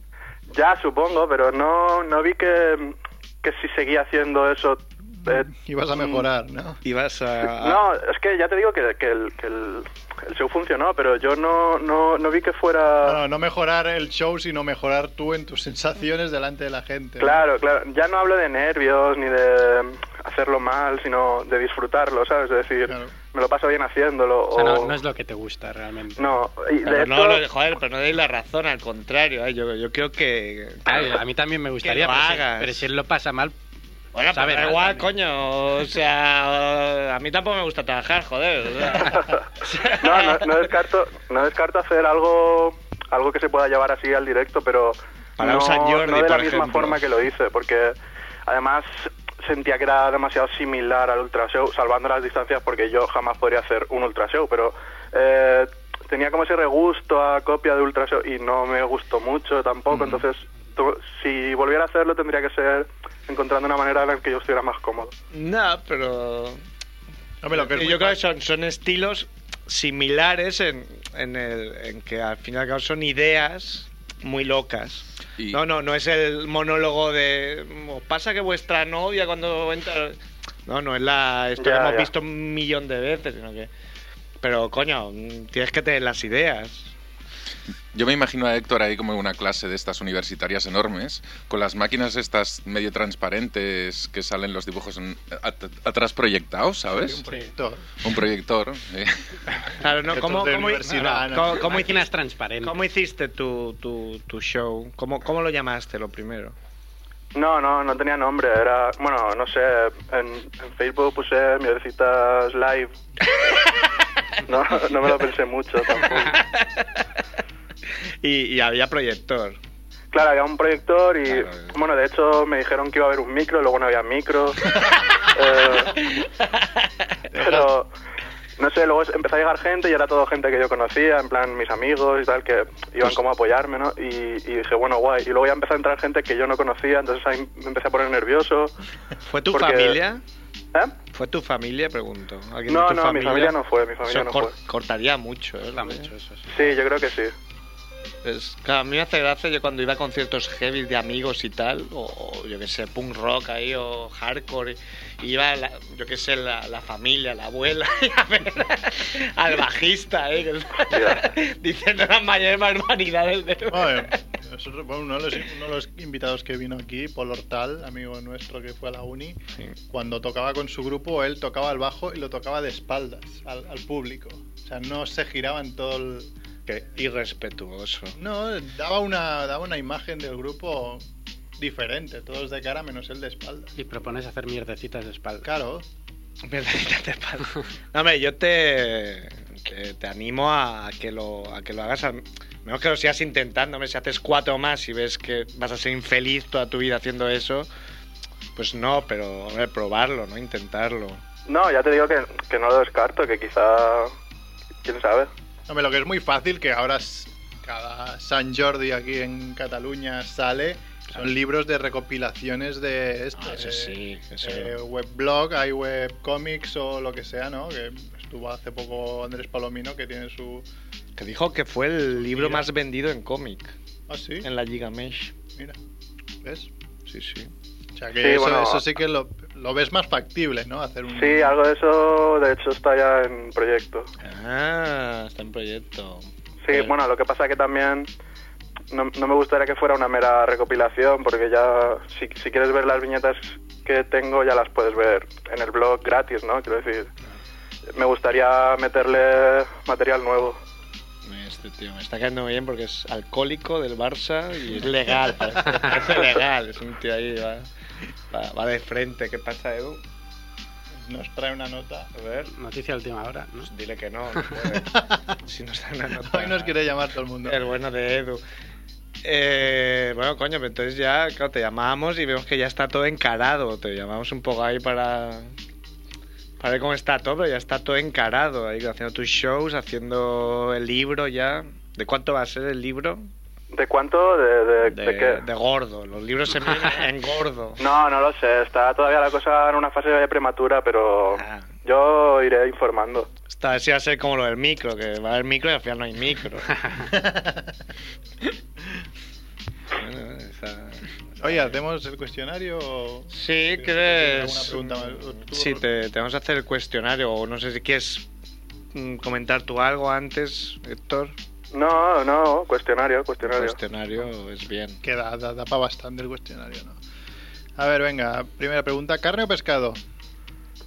[SPEAKER 9] ya supongo, pero no, no vi que, que si seguía haciendo eso. eh,
[SPEAKER 5] Ibas
[SPEAKER 2] Mm.
[SPEAKER 5] a mejorar, ¿no?
[SPEAKER 2] Ibas a...
[SPEAKER 9] No, es que ya te digo que, que el, que el- el show funcionó, pero yo no, no, no vi que fuera.
[SPEAKER 5] No, no, no mejorar el show, sino mejorar tú en tus sensaciones delante de la gente. ¿no?
[SPEAKER 9] Claro, claro. Ya no hablo de nervios ni de mm, hacerlo mal, sino de disfrutarlo, ¿sabes? De decir,
[SPEAKER 5] Claro.
[SPEAKER 9] me lo paso bien haciéndolo.
[SPEAKER 3] O sea, no,
[SPEAKER 9] o-
[SPEAKER 3] no es lo que te gusta realmente.
[SPEAKER 9] No, y de
[SPEAKER 2] Pero no,
[SPEAKER 9] hecho-
[SPEAKER 2] lo- joder, pero no deis la razón, al contrario, ¿eh? yo, yo creo que...
[SPEAKER 3] Claro, a mí también me gustaría,
[SPEAKER 2] Que lo
[SPEAKER 3] pero, si-
[SPEAKER 2] hagas.
[SPEAKER 3] pero si él lo pasa mal,
[SPEAKER 2] Bueno, pero
[SPEAKER 3] sabe
[SPEAKER 2] da
[SPEAKER 3] mal
[SPEAKER 2] igual,
[SPEAKER 3] también.
[SPEAKER 2] coño, o sea, a mí tampoco me gusta trabajar, joder. o sea.
[SPEAKER 9] no, no, no descarto, no descarto hacer algo, algo que se pueda llevar así al directo, pero
[SPEAKER 2] Para
[SPEAKER 9] no,
[SPEAKER 2] un San Jordi,
[SPEAKER 9] no de la
[SPEAKER 2] por
[SPEAKER 9] misma
[SPEAKER 2] ejemplo.
[SPEAKER 9] forma que lo hice, porque además sentía que era demasiado similar al Ultra Show, salvando las distancias, porque yo jamás podría hacer un Ultra Show, pero eh, tenía como ese regusto a copia de Ultra Show y no me gustó mucho tampoco, entonces tu- si volviera a hacerlo tendría que ser encontrando una manera en la que yo estuviera más cómodo.
[SPEAKER 2] No, pero...
[SPEAKER 5] Hombre, lo que es
[SPEAKER 2] yo
[SPEAKER 5] muy
[SPEAKER 2] creo que
[SPEAKER 5] fácil-
[SPEAKER 2] son, son estilos similares en, en, el, en que al fin y al cabo son ideas muy locas.
[SPEAKER 4] Y-
[SPEAKER 2] No, no, no es el monólogo de... "Os pasa que vuestra novia cuando entra... No, no es la... Esto
[SPEAKER 9] Ya,
[SPEAKER 2] que hemos
[SPEAKER 9] ya.
[SPEAKER 2] visto un millón de veces, sino que... Pero, coño, mm, tienes que tener las ideas.
[SPEAKER 4] Yo me imagino a Héctor ahí como en una clase de estas universitarias enormes, con las máquinas estas medio transparentes que salen los dibujos en- at- atrás proyectados, ¿sabes?
[SPEAKER 5] un proyector.
[SPEAKER 4] Un proyector. eh.
[SPEAKER 2] Claro, ¿no?
[SPEAKER 5] Estos
[SPEAKER 2] ¿Cómo,
[SPEAKER 5] de
[SPEAKER 2] cómo,
[SPEAKER 9] Ah,
[SPEAKER 5] universidad,
[SPEAKER 2] no,
[SPEAKER 5] ¿no?
[SPEAKER 2] ¿cómo- cómo
[SPEAKER 3] máquinas
[SPEAKER 2] hiciste,
[SPEAKER 3] transparentes.
[SPEAKER 2] cómo hiciste tu, tu, tu show? ¿Cómo, ¿Cómo lo llamaste lo primero?
[SPEAKER 9] No, no, no tenía nombre. Era, bueno, no sé. En, en Facebook puse mierdecitas live. No, no me lo pensé mucho tampoco.
[SPEAKER 2] Y, y había proyector.
[SPEAKER 9] Claro, había un proyector y, bueno, de hecho me dijeron que iba a haber un micro, luego no había micro. Eh, pero, no sé, luego es- empezó a llegar gente y era todo gente que yo conocía, en plan mis amigos y tal, que iban como a apoyarme, ¿no? Y, y dije, bueno, guay. Y luego ya empezó a entrar gente que yo no conocía, entonces ahí me empecé a poner nervioso.
[SPEAKER 2] ¿Fue tu
[SPEAKER 9] Porque-
[SPEAKER 2] familia?
[SPEAKER 9] ¿Eh?
[SPEAKER 2] ¿Fue tu familia? Pregunto. ¿Alguien
[SPEAKER 9] No,
[SPEAKER 2] de tu
[SPEAKER 9] no, mi familia no fue, mi familia
[SPEAKER 2] Eso
[SPEAKER 9] no
[SPEAKER 2] cor-
[SPEAKER 9] fue.
[SPEAKER 2] Cortaría mucho, ¿eh? mucho eso, sí.
[SPEAKER 9] Sí, yo creo que sí.
[SPEAKER 2] Es- claro, a mí me hace gracia yo cuando iba a conciertos heavy de amigos y tal, o, o yo que sé, punk rock ahí, o hardcore, y iba, la- yo que sé, la, la familia, la abuela, y a ver al bajista, ¿eh? que- diciendo las mayores barbaridades del
[SPEAKER 5] Bueno, nosotros, bueno, uno, de los, uno de los invitados que vino aquí, Paul Hortal, amigo nuestro que fue a la uni, cuando tocaba con su grupo, él tocaba el bajo y lo tocaba de espaldas al, al público. O sea, no se giraba en todo el...
[SPEAKER 2] Qué irrespetuoso.
[SPEAKER 5] No, daba una, daba una imagen del grupo diferente, todos de cara menos él de espaldas.
[SPEAKER 3] Y propones hacer mierdecitas de espalda.
[SPEAKER 5] Claro,
[SPEAKER 2] Mierdecitas de espalda. No, hombre, yo te, te, te animo a que lo, a que lo hagas. al- menos que lo sigas intentando. hombre, si haces cuatro más y ves que vas a ser infeliz toda tu vida haciendo eso, pues no, pero hombre, probarlo, ¿no? Intentarlo.
[SPEAKER 9] No, ya te digo que, que no lo descarto, que quizá... ¿Quién sabe?
[SPEAKER 5] Hombre, lo que es muy fácil que ahora s- cada San Jordi aquí en Cataluña sale son libros de recopilaciones de este,
[SPEAKER 2] Ah, eso sí, eso.
[SPEAKER 5] eh, webblog, hay webcomics o lo que sea, ¿no? Que estuvo hace poco Andrés Palomino que tiene su
[SPEAKER 2] Que dijo que fue el libro
[SPEAKER 5] Mira.
[SPEAKER 2] más vendido en cómic,
[SPEAKER 5] Ah, sí,
[SPEAKER 2] en la Gigamesh.
[SPEAKER 5] mira. ¿Ves?
[SPEAKER 2] Sí, sí.
[SPEAKER 5] O sea que
[SPEAKER 9] Sí,
[SPEAKER 5] eso,
[SPEAKER 9] bueno,
[SPEAKER 5] eso
[SPEAKER 9] a-
[SPEAKER 5] sí que lo, lo ves más factible, ¿no? Hacer un
[SPEAKER 9] Sí, algo de eso, de hecho, está ya en proyecto.
[SPEAKER 2] Ah, está en proyecto.
[SPEAKER 9] Sí,
[SPEAKER 2] Eh,
[SPEAKER 9] bueno, lo que pasa que también no, no me gustaría que fuera una mera recopilación, porque ya si, si quieres ver las viñetas que tengo ya las puedes ver en el blog gratis, ¿no? Quiero decir, me gustaría meterle material nuevo.
[SPEAKER 2] Este tío me está cayendo bien porque es alcohólico del Barça y es legal. es legal, es un tío ahí, va, va, va de frente. ¿Qué pasa, Edu?
[SPEAKER 5] nos trae una nota.
[SPEAKER 2] A ver,
[SPEAKER 3] Noticia de última hora, ¿no?
[SPEAKER 2] pues dile que no. no puede. si nos dan una nota.
[SPEAKER 5] Hoy nos quiere llamar todo el mundo.
[SPEAKER 2] El bueno de Edu. Eh, bueno, coño, pero entonces ya claro, te llamamos y vemos que ya está todo encarado. Te llamamos un poco ahí para, para ver cómo está todo, pero ya está todo encarado. Ahí haciendo tus shows, haciendo el libro ya. ¿De cuánto va a ser el libro?
[SPEAKER 9] ¿De cuánto? ¿De, de,
[SPEAKER 2] de,
[SPEAKER 9] de qué?
[SPEAKER 2] de gordo. Los libros se miden en gordo.
[SPEAKER 9] No, no lo sé, está todavía la cosa en una fase de prematura, pero
[SPEAKER 2] Ah.
[SPEAKER 9] yo iré informando.
[SPEAKER 2] Esta vez sí va a ser como lo del micro, que va a haber micro y al final no hay micro. Bueno, está-
[SPEAKER 5] Oye, ¿hacemos el cuestionario o...?
[SPEAKER 2] Sí,
[SPEAKER 5] ¿Tienes
[SPEAKER 2] ¿crees?
[SPEAKER 5] alguna pregunta? ¿Tú,
[SPEAKER 2] Sí, te, te vamos a hacer el cuestionario. O no sé si quieres mm, comentar tú algo antes, Héctor.
[SPEAKER 9] No, no, cuestionario, cuestionario.
[SPEAKER 2] Cuestionario es bien.
[SPEAKER 5] Que da, da, da para bastante el cuestionario, ¿no? A ver, venga, primera pregunta, ¿carne o pescado?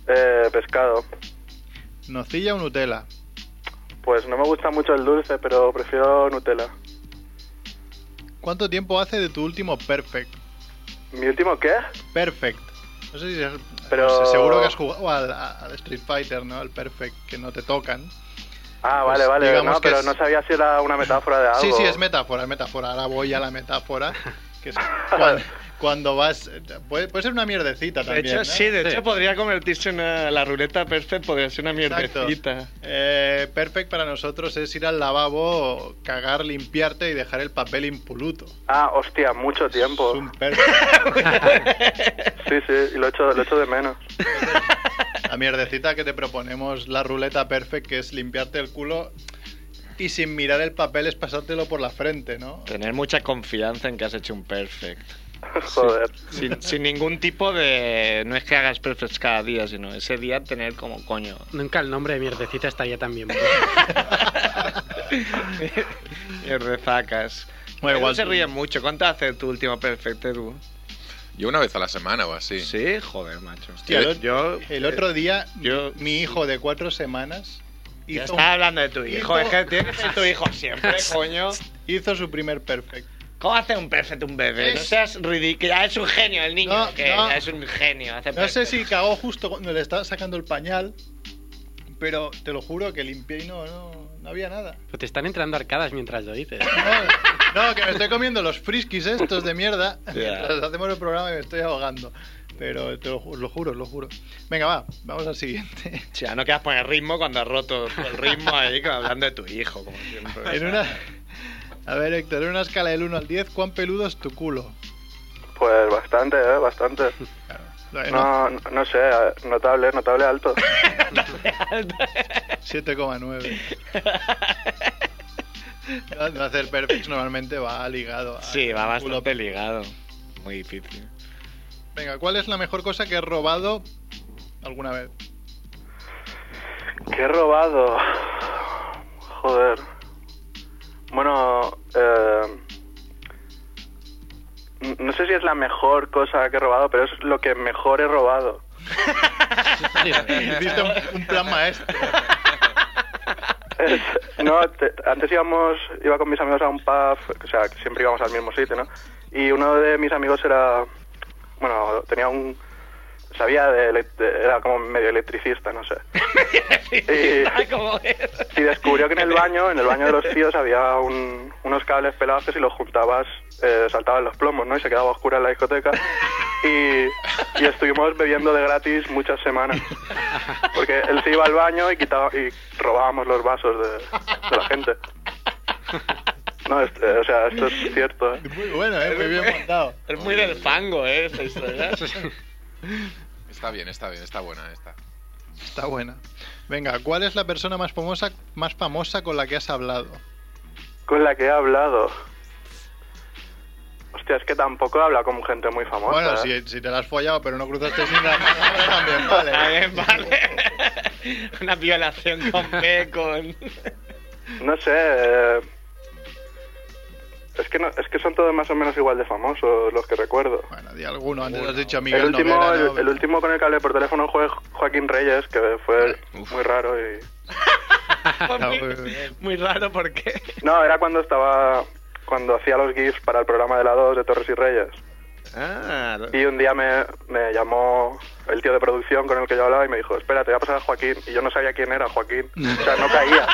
[SPEAKER 9] Eh, pescado.
[SPEAKER 5] ¿Nocilla o Nutella?
[SPEAKER 9] Pues no me gusta mucho el dulce, pero prefiero Nutella.
[SPEAKER 5] ¿Cuánto tiempo hace de tu último perfect?
[SPEAKER 9] ¿Mi último qué?
[SPEAKER 5] Perfect. No sé si es,
[SPEAKER 9] Pero-
[SPEAKER 5] no sé, seguro que has jugado al, a- al Street Fighter, ¿no? Al perfect que no te tocan.
[SPEAKER 9] Ah,
[SPEAKER 5] Pues
[SPEAKER 9] vale, vale.
[SPEAKER 5] digamos
[SPEAKER 9] No,
[SPEAKER 5] que
[SPEAKER 9] pero
[SPEAKER 5] es-
[SPEAKER 9] no sabía si era una metáfora de algo.
[SPEAKER 5] Sí, sí, es metáfora, es metáfora. Ahora voy a la metáfora, que es cuando, cuando vas puede, puede ser una mierdecita
[SPEAKER 2] De
[SPEAKER 5] también.
[SPEAKER 2] hecho,
[SPEAKER 5] ¿no?
[SPEAKER 2] sí, de
[SPEAKER 3] Sí.
[SPEAKER 2] hecho podría convertirse en una- la ruleta perfect, podría ser una
[SPEAKER 5] Exacto.
[SPEAKER 2] mierdecita.
[SPEAKER 5] Eh, perfect para nosotros es ir al lavabo, cagar, limpiarte y dejar el papel impoluto.
[SPEAKER 9] Ah, hostia, mucho tiempo.
[SPEAKER 5] Es un perfect.
[SPEAKER 9] Sí, sí, y lo echo, lo echo de menos.
[SPEAKER 5] La mierdecita que te proponemos, la ruleta perfect, que es limpiarte el culo y sin mirar el papel es pasártelo por la frente, ¿no?
[SPEAKER 2] Tener mucha confianza en que has hecho un perfect.
[SPEAKER 9] Joder.
[SPEAKER 2] Sin, sin ningún tipo de. No es que hagas perfects cada día, sino ese día tener como coño.
[SPEAKER 3] Nunca el nombre de mierdecita estaría tan bien.
[SPEAKER 2] Y rezacas.
[SPEAKER 5] Bueno,
[SPEAKER 2] Edu
[SPEAKER 5] igual
[SPEAKER 2] se
[SPEAKER 5] tú-
[SPEAKER 2] ríe mucho. ¿Cuánto hace tu última perfect, Edu?
[SPEAKER 4] Yo una vez a la semana o así.
[SPEAKER 2] Sí, joder, macho.
[SPEAKER 5] Hostia, el,
[SPEAKER 2] yo, eh,
[SPEAKER 5] ot- el otro día,
[SPEAKER 2] yo-
[SPEAKER 5] mi hijo de cuatro semanas
[SPEAKER 2] Ya
[SPEAKER 5] hizo,
[SPEAKER 2] estaba hablando de tu
[SPEAKER 5] hizo-
[SPEAKER 2] hijo. Es que tiene que ser tu hijo siempre, coño.
[SPEAKER 5] hizo su primer perfect.
[SPEAKER 2] ¿Cómo hace un perfecto un bebé? No
[SPEAKER 5] Es-
[SPEAKER 2] seas ridículo. Ah, Es un genio el niño.
[SPEAKER 5] No,
[SPEAKER 2] que
[SPEAKER 5] no.
[SPEAKER 2] Es un genio. hace
[SPEAKER 5] No sé
[SPEAKER 2] perfect.
[SPEAKER 5] si cagó justo cuando le estaba sacando el pañal, pero te lo juro que limpié y no, no, no había nada.
[SPEAKER 3] Pero te están entrando arcadas mientras lo dices.
[SPEAKER 5] No, no, que me estoy comiendo los friskis estos de mierda mientras hacemos el programa y me estoy ahogando. Pero te lo, ju- lo juro, lo juro. Venga, va, vamos al siguiente.
[SPEAKER 2] O sea, no quieras poner ritmo cuando has roto el ritmo ahí como hablando de tu hijo, como siempre.
[SPEAKER 5] En una... A ver, Héctor, en una escala del 1 al 10, ¿cuán peludo es tu culo?
[SPEAKER 9] Pues bastante, ¿eh? Bastante.
[SPEAKER 5] No,
[SPEAKER 9] No, no sé, eh, notable, notable alto.
[SPEAKER 5] 7,9. No, No hacer perfects normalmente va ligado. a-
[SPEAKER 2] Sí, va
[SPEAKER 5] al culo
[SPEAKER 2] bastante ligado. Muy difícil.
[SPEAKER 5] Venga, ¿cuál es la mejor cosa que has robado alguna vez?
[SPEAKER 9] ¡Qué robado! Joder. Bueno, eh, n- no sé si es la mejor cosa que he robado, pero es lo que mejor he robado.
[SPEAKER 5] Hiciste un, un plan maestro.
[SPEAKER 9] Es- no, te- antes íbamos, iba con mis amigos a un pub, o sea, que siempre íbamos al mismo sitio, ¿no? Y uno de mis amigos era, bueno, tenía un, sabía de, ele- de- era como medio electricista, no sé.
[SPEAKER 2] Ay, ¿cómo es?
[SPEAKER 9] Y, y descubrió que en el baño, en el baño de los tíos había un- unos cables pelados que si los juntabas eh, saltaban los plomos, ¿no? Y se quedaba oscura en la discoteca. Y, y estuvimos bebiendo de gratis muchas semanas. Porque él se iba al baño y quitaba y robábamos los vasos de, de la gente. No, es- eh, o sea, esto es cierto. ¿eh?
[SPEAKER 5] Muy bueno, ¿eh? muy bien montado.
[SPEAKER 2] Es muy del fango, ¿eh? Esta historia.
[SPEAKER 4] Está bien, está bien, está buena esta.
[SPEAKER 5] Está buena. Venga, ¿cuál es la persona más famosa, más famosa con la que has hablado?
[SPEAKER 9] Con la que he hablado. Hostia, es que tampoco habla con gente muy famosa.
[SPEAKER 5] Bueno,
[SPEAKER 9] ¿eh?
[SPEAKER 5] si, si te la has follado, pero no cruzaste sin la palabra, también vale. ¿eh?
[SPEAKER 2] También vale. Una violación con P, con...
[SPEAKER 9] No sé. eh, Es que, no, es que son todos más o menos igual de famosos los que recuerdo.
[SPEAKER 5] Bueno, di alguno. Antes has dicho Miguel
[SPEAKER 9] El último,
[SPEAKER 5] Noguera,
[SPEAKER 9] el,
[SPEAKER 5] ¿no?
[SPEAKER 9] el último con el que hablé por teléfono fue Joaquín Reyes, que
[SPEAKER 5] Eh,
[SPEAKER 9] fue muy raro y...
[SPEAKER 5] Ah,
[SPEAKER 2] muy,
[SPEAKER 5] muy bien.
[SPEAKER 2] muy raro porque...
[SPEAKER 9] No, era cuando estaba... cuando hacía los GIFs para el programa de la 2 de Torres y Reyes.
[SPEAKER 12] Ah,
[SPEAKER 9] Y un día me, me llamó el tío de producción con el que yo hablaba y me dijo, espérate, voy a pasar a Joaquín. Y yo no sabía quién era Joaquín. O sea, no caía.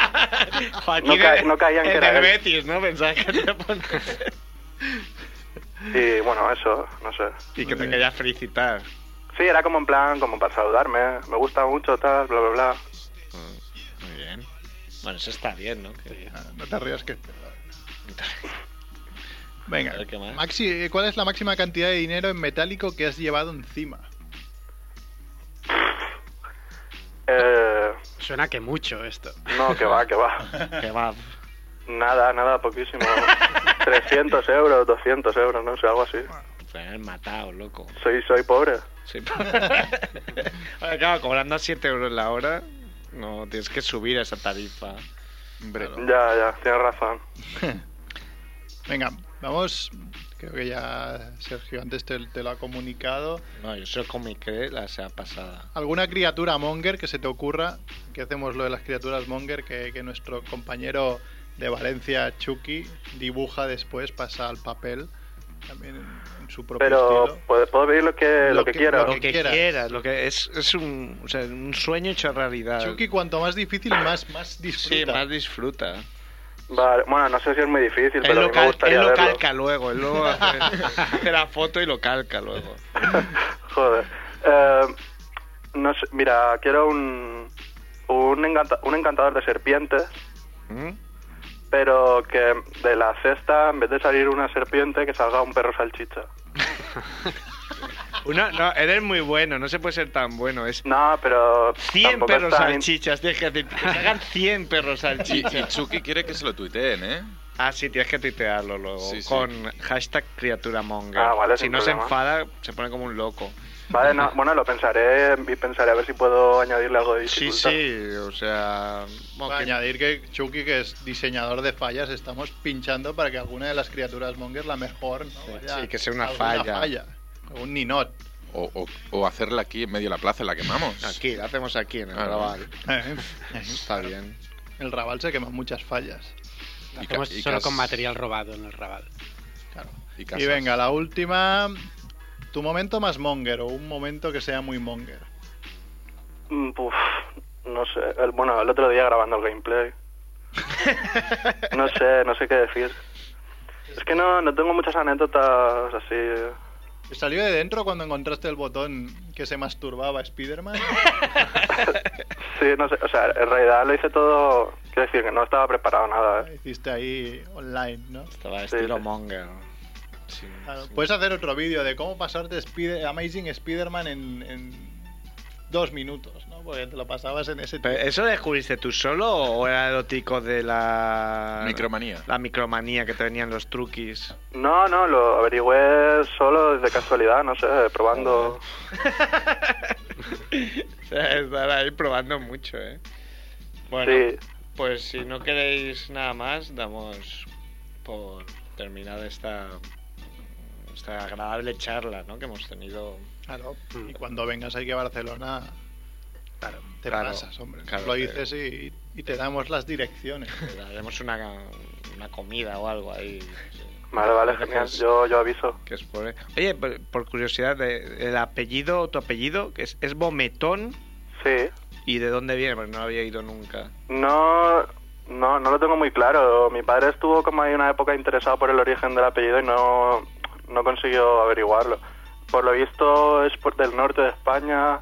[SPEAKER 2] Joaquín
[SPEAKER 9] No ca-
[SPEAKER 2] es-
[SPEAKER 9] no caían
[SPEAKER 2] es
[SPEAKER 9] que era
[SPEAKER 2] del
[SPEAKER 9] él.
[SPEAKER 2] Betis, ¿no? Pensaba que te pon-
[SPEAKER 9] Y bueno, eso, no sé.
[SPEAKER 2] Y que te quería felicitar.
[SPEAKER 9] Sí, era como en plan, como para saludarme. Me gusta mucho, tal, bla, bla, bla.
[SPEAKER 2] Muy bien. Bueno, eso está bien, ¿no? Que-
[SPEAKER 5] Ah, No te rías que... Venga,
[SPEAKER 2] A ver, ¿qué más?
[SPEAKER 5] Maxi, eh, ¿cuál es la máxima cantidad de dinero en metálico que has llevado encima?
[SPEAKER 9] Eh...
[SPEAKER 3] Suena que mucho esto.
[SPEAKER 9] No, que va, que va.
[SPEAKER 2] Que va.
[SPEAKER 9] Nada, nada, poquísimo. 300 euros, 200 euros, no sé, algo así.
[SPEAKER 2] Te han matado, loco.
[SPEAKER 9] Soy, soy pobre.
[SPEAKER 2] Sí. Oye, claro, cobrando a 7 euros la hora, no, tienes que subir esa tarifa.
[SPEAKER 4] Hombre,
[SPEAKER 9] Ya, ya, tienes razón.
[SPEAKER 5] Venga, vamos... Creo que ya Sergio antes te- te lo ha comunicado.
[SPEAKER 2] No, yo soy comiqué la semana pasada.
[SPEAKER 5] ¿Alguna criatura monger que se te ocurra? Que hacemos lo de las criaturas monger que, que nuestro compañero de Valencia, Chucky, dibuja después, pasa al papel, también en, en su propio
[SPEAKER 9] Pero pues,
[SPEAKER 5] estilo.
[SPEAKER 9] puedo, puedo pedir lo que,
[SPEAKER 5] Lo
[SPEAKER 9] lo que
[SPEAKER 5] que-
[SPEAKER 9] quiera.
[SPEAKER 5] lo
[SPEAKER 2] Lo que
[SPEAKER 5] quieras.
[SPEAKER 2] quieras, lo que es, es un, o sea, un sueño hecho realidad.
[SPEAKER 5] Chucky, cuanto más difícil, más, más disfruta.
[SPEAKER 2] Sí, más disfruta.
[SPEAKER 9] Vale, bueno, no sé si es muy difícil,
[SPEAKER 2] Él
[SPEAKER 9] pero a
[SPEAKER 2] lo,
[SPEAKER 9] mí me
[SPEAKER 2] cal- él
[SPEAKER 9] gustaría
[SPEAKER 2] lo
[SPEAKER 9] verlo.
[SPEAKER 2] calca luego, él luego hace, hace la foto y lo calca luego.
[SPEAKER 9] Joder. Eh, no sé, mira, quiero un, un, encanta- un encantador de serpientes,
[SPEAKER 2] ¿Mm?
[SPEAKER 9] pero que de la cesta, en vez de salir una serpiente, que salga un perro salchicha.
[SPEAKER 2] Uno, no, eres muy bueno, no se puede ser tan bueno. Es
[SPEAKER 9] No, pero...
[SPEAKER 2] 100
[SPEAKER 9] tampoco es
[SPEAKER 2] perros
[SPEAKER 9] tan-
[SPEAKER 2] salchichas, tienes que decir, que hagan 100 perros
[SPEAKER 4] Y, y
[SPEAKER 2] salchichas.
[SPEAKER 4] Chucky quiere que se lo tuiteen, ¿eh?
[SPEAKER 2] Ah, sí, tienes que tuitearlo luego
[SPEAKER 4] Sí, sí.
[SPEAKER 2] con hashtag criatura monger.
[SPEAKER 9] Ah, vale,
[SPEAKER 2] si
[SPEAKER 9] sin
[SPEAKER 2] no se
[SPEAKER 9] problema.
[SPEAKER 2] enfada, se pone como un loco.
[SPEAKER 9] Vale, no, bueno, lo pensaré y pensaré a ver si puedo añadirle algo de
[SPEAKER 2] Sí,
[SPEAKER 9] dificultad.
[SPEAKER 2] sí, o sea... bueno,
[SPEAKER 5] Para
[SPEAKER 2] que-
[SPEAKER 5] añadir que Chucky, que es diseñador de fallas, estamos pinchando para que alguna de las criaturas monger, la mejor, ¿no? Vaya,
[SPEAKER 2] sí, que sea una
[SPEAKER 5] alguna
[SPEAKER 2] falla.
[SPEAKER 5] falla. Un ninot.
[SPEAKER 4] O, o- o hacerla aquí en medio de la plaza, la quemamos.
[SPEAKER 2] Aquí, la hacemos aquí en el
[SPEAKER 4] Ah,
[SPEAKER 2] Raval.
[SPEAKER 5] El
[SPEAKER 2] Está bien.
[SPEAKER 5] Raval ¿eh? se queman muchas fallas.
[SPEAKER 4] Y ca-
[SPEAKER 3] Hacemos
[SPEAKER 4] y
[SPEAKER 3] solo
[SPEAKER 4] cas-
[SPEAKER 3] con material robado en el rabal.
[SPEAKER 4] Y,
[SPEAKER 5] Y
[SPEAKER 4] casas.
[SPEAKER 5] venga, la última. Tu momento más monger o un momento que sea muy monger.
[SPEAKER 13] Mm, puf, no sé. El- bueno, el otro día grabando el gameplay. No sé, no sé qué decir. Es que no, no tengo muchas anécdotas así.
[SPEAKER 5] ¿Te ¿Salió de dentro cuando encontraste el botón que se masturbaba Spider-Man?
[SPEAKER 13] Sí, no sé. O sea, en realidad lo hice todo. Quiero decir que no estaba preparado nada. ¿eh?
[SPEAKER 5] Hiciste ahí online, ¿no?
[SPEAKER 2] Estaba
[SPEAKER 13] Sí,
[SPEAKER 2] estilo
[SPEAKER 13] sí.
[SPEAKER 2] monger. Sí,
[SPEAKER 5] Claro,
[SPEAKER 2] sí.
[SPEAKER 5] Puedes hacer otro vídeo de cómo pasarte Spider- Amazing Spider-Man en, en dos minutos, ¿no? Porque te lo pasabas en ese
[SPEAKER 2] Pero, ¿Eso lo descubriste tú solo o era el tico de la.
[SPEAKER 4] Micromanía.
[SPEAKER 2] La micromanía que te venían los truquis.
[SPEAKER 13] No, no, lo averigüé solo desde casualidad, no sé, probando.
[SPEAKER 2] O sea, Estar ahí probando mucho, ¿eh? Bueno,
[SPEAKER 13] Sí.
[SPEAKER 2] pues si no queréis nada más, damos por terminada esta, esta agradable charla ¿no? que hemos tenido.
[SPEAKER 5] Claro. Y cuando vengas aquí a Barcelona, claro, te
[SPEAKER 2] Claro,
[SPEAKER 5] pasas, hombre.
[SPEAKER 2] claro,
[SPEAKER 5] lo
[SPEAKER 2] te-
[SPEAKER 5] dices y, y te damos las direcciones.
[SPEAKER 2] Le Daremos una, una comida o algo ahí. sí.
[SPEAKER 13] Vale, vale,
[SPEAKER 2] Creo que
[SPEAKER 13] genial.
[SPEAKER 2] es-
[SPEAKER 13] Yo, yo aviso.
[SPEAKER 2] que es por- Oye, por, por curiosidad, eh, el apellido, tu apellido, que es, es Bometón,
[SPEAKER 13] Sí.
[SPEAKER 2] ¿y de dónde viene? Porque no lo había ido nunca.
[SPEAKER 13] No, no, no lo tengo muy claro. Mi padre estuvo como ahí una época interesado por el origen del apellido y no, no consiguió averiguarlo. Por lo visto es por del norte de España.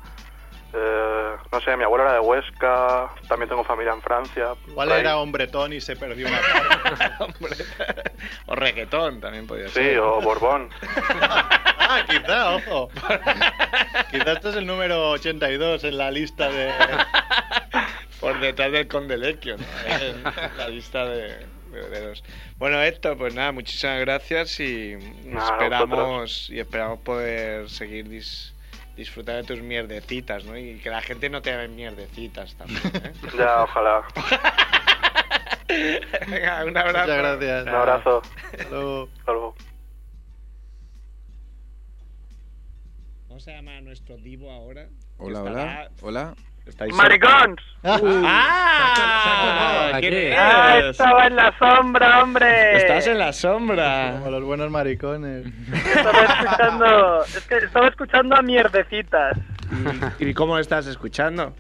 [SPEAKER 13] eh, no sé, mi abuelo era de Huesca. También tengo familia en Francia.
[SPEAKER 5] Igual
[SPEAKER 13] por
[SPEAKER 9] Pues
[SPEAKER 13] ahí.
[SPEAKER 5] era hombretón y se perdió una parte.
[SPEAKER 2] Hombre. o reggaetón también podría ser.
[SPEAKER 13] Sí, o Borbón.
[SPEAKER 5] ah, quizá, ojo. quizá este es el número 82 en la lista de...
[SPEAKER 2] Por detrás del Condelequio, ¿no? En la lista de, de obreros. Bueno, Héctor, pues nada, muchísimas gracias y
[SPEAKER 13] Nada,
[SPEAKER 2] esperamos
[SPEAKER 13] vosotros.
[SPEAKER 2] y esperamos poder seguir dis- disfrutando de tus mierdecitas, ¿no? Y que la gente no te haga mierdecitas también, ¿eh?
[SPEAKER 13] Ya, ojalá.
[SPEAKER 2] Venga, un abrazo.
[SPEAKER 5] Muchas gracias.
[SPEAKER 13] Un abrazo.
[SPEAKER 5] Hasta luego.
[SPEAKER 13] Hasta luego.
[SPEAKER 2] ¿Cómo se llama nuestro divo ahora?
[SPEAKER 14] Hola,
[SPEAKER 2] Estará-
[SPEAKER 14] hola. Hola.
[SPEAKER 15] Estáis
[SPEAKER 2] ¡Ah!
[SPEAKER 3] Aquí.
[SPEAKER 2] ¿Quién
[SPEAKER 3] Ah,
[SPEAKER 2] eres?
[SPEAKER 9] Estaba en la sombra, hombre.
[SPEAKER 2] Estás en la sombra.
[SPEAKER 5] Como los buenos maricones.
[SPEAKER 9] Estaba escuchando, es que estaba escuchando a mierdecitas.
[SPEAKER 2] ¿Y cómo lo estás escuchando?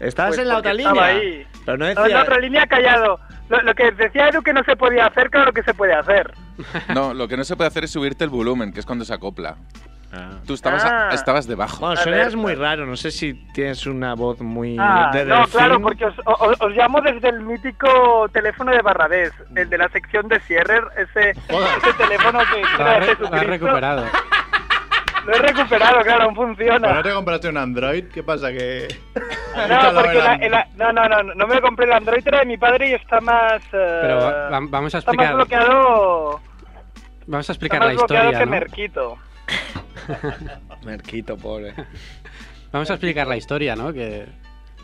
[SPEAKER 2] ¿Estás
[SPEAKER 9] Pues
[SPEAKER 2] en la
[SPEAKER 9] porque
[SPEAKER 2] otra línea?
[SPEAKER 9] estaba ahí.
[SPEAKER 2] Pero no
[SPEAKER 9] No, en
[SPEAKER 2] decía...
[SPEAKER 9] la otra línea callado. Lo, lo que decía Edu que no se podía hacer, claro que se puede hacer.
[SPEAKER 4] No, lo que no se puede hacer es subirte el volumen, que es cuando se acopla. Tú estabas,
[SPEAKER 9] Ah.
[SPEAKER 4] estabas debajo.
[SPEAKER 2] Bueno,
[SPEAKER 9] A
[SPEAKER 2] suenas
[SPEAKER 9] ver.
[SPEAKER 2] muy raro, no sé si tienes una voz muy...
[SPEAKER 9] Ah,
[SPEAKER 2] de
[SPEAKER 9] no,
[SPEAKER 2] delfín.
[SPEAKER 9] claro, porque os, os- os llamo desde el mítico teléfono de Barradés, el de la sección de cierre, ese, ese teléfono que
[SPEAKER 3] Lo
[SPEAKER 9] era
[SPEAKER 3] has re- lo has
[SPEAKER 9] de Jesucristo.
[SPEAKER 3] recuperado.
[SPEAKER 9] Lo he recuperado, claro, aún
[SPEAKER 5] ¿Pero no
[SPEAKER 9] funciona.
[SPEAKER 5] te compraste un Android? ¿Qué pasa? Que...
[SPEAKER 9] No, porque la- el- no, no, no, no me compré el Android, era de mi padre y está más... eh,
[SPEAKER 3] Pero va- va- vamos a
[SPEAKER 9] está más
[SPEAKER 3] explicar,
[SPEAKER 9] bloqueado...
[SPEAKER 3] vamos a
[SPEAKER 9] Está
[SPEAKER 3] explicar
[SPEAKER 9] más
[SPEAKER 3] la
[SPEAKER 9] bloqueado
[SPEAKER 3] historia,
[SPEAKER 9] que
[SPEAKER 3] ¿no?
[SPEAKER 9] Merquito.
[SPEAKER 2] Merquito, pobre.
[SPEAKER 3] Vamos a explicar la historia, ¿no? Que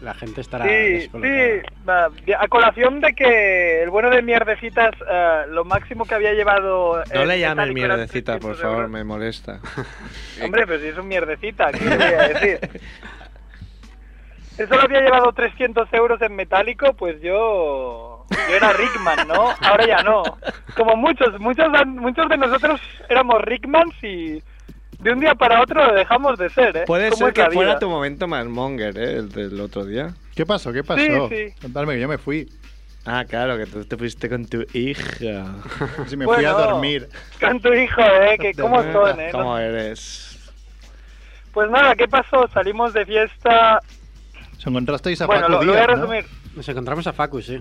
[SPEAKER 3] la gente estará
[SPEAKER 9] Sí,
[SPEAKER 3] descolocada.
[SPEAKER 9] sí, va, a colación de que el bueno de mierdecitas, eh, lo máximo que había llevado...
[SPEAKER 2] No
[SPEAKER 9] el
[SPEAKER 2] le llames
[SPEAKER 9] metálico eran
[SPEAKER 2] mierdecita, por
[SPEAKER 9] 300
[SPEAKER 2] favor,
[SPEAKER 9] euros.
[SPEAKER 2] me molesta.
[SPEAKER 9] Hombre, pero si es un mierdecita, ¿qué le voy a decir? Eso lo había llevado 300 euros en metálico, pues yo... Yo era Rickman, ¿no? Ahora ya no. Como muchos, muchos, han- muchos de nosotros éramos Rickmans y de un día para otro lo dejamos de ser, ¿eh?
[SPEAKER 2] Puede
[SPEAKER 9] ¿Cómo
[SPEAKER 2] ser
[SPEAKER 9] es la
[SPEAKER 2] que fuera
[SPEAKER 9] vida?
[SPEAKER 2] tu momento más monger, ¿eh? El del otro día.
[SPEAKER 5] ¿Qué pasó? ¿Qué pasó?
[SPEAKER 9] Sí, sí.
[SPEAKER 5] Contarme que yo me fui.
[SPEAKER 2] Ah, claro, que tú te fuiste con tu hija.
[SPEAKER 5] Si me fui
[SPEAKER 9] Bueno.
[SPEAKER 5] a dormir.
[SPEAKER 9] Con tu hijo, ¿eh? Que cómo son, ¿eh?
[SPEAKER 2] ¿Cómo eres?
[SPEAKER 9] Pues nada, ¿qué pasó? Salimos de fiesta...
[SPEAKER 5] ¿Se encontrasteis a
[SPEAKER 9] Bueno,
[SPEAKER 5] Paco
[SPEAKER 9] lo, lo voy a
[SPEAKER 5] Díaz, ¿no?
[SPEAKER 9] resumir.
[SPEAKER 3] Nos encontramos a Facu, sí.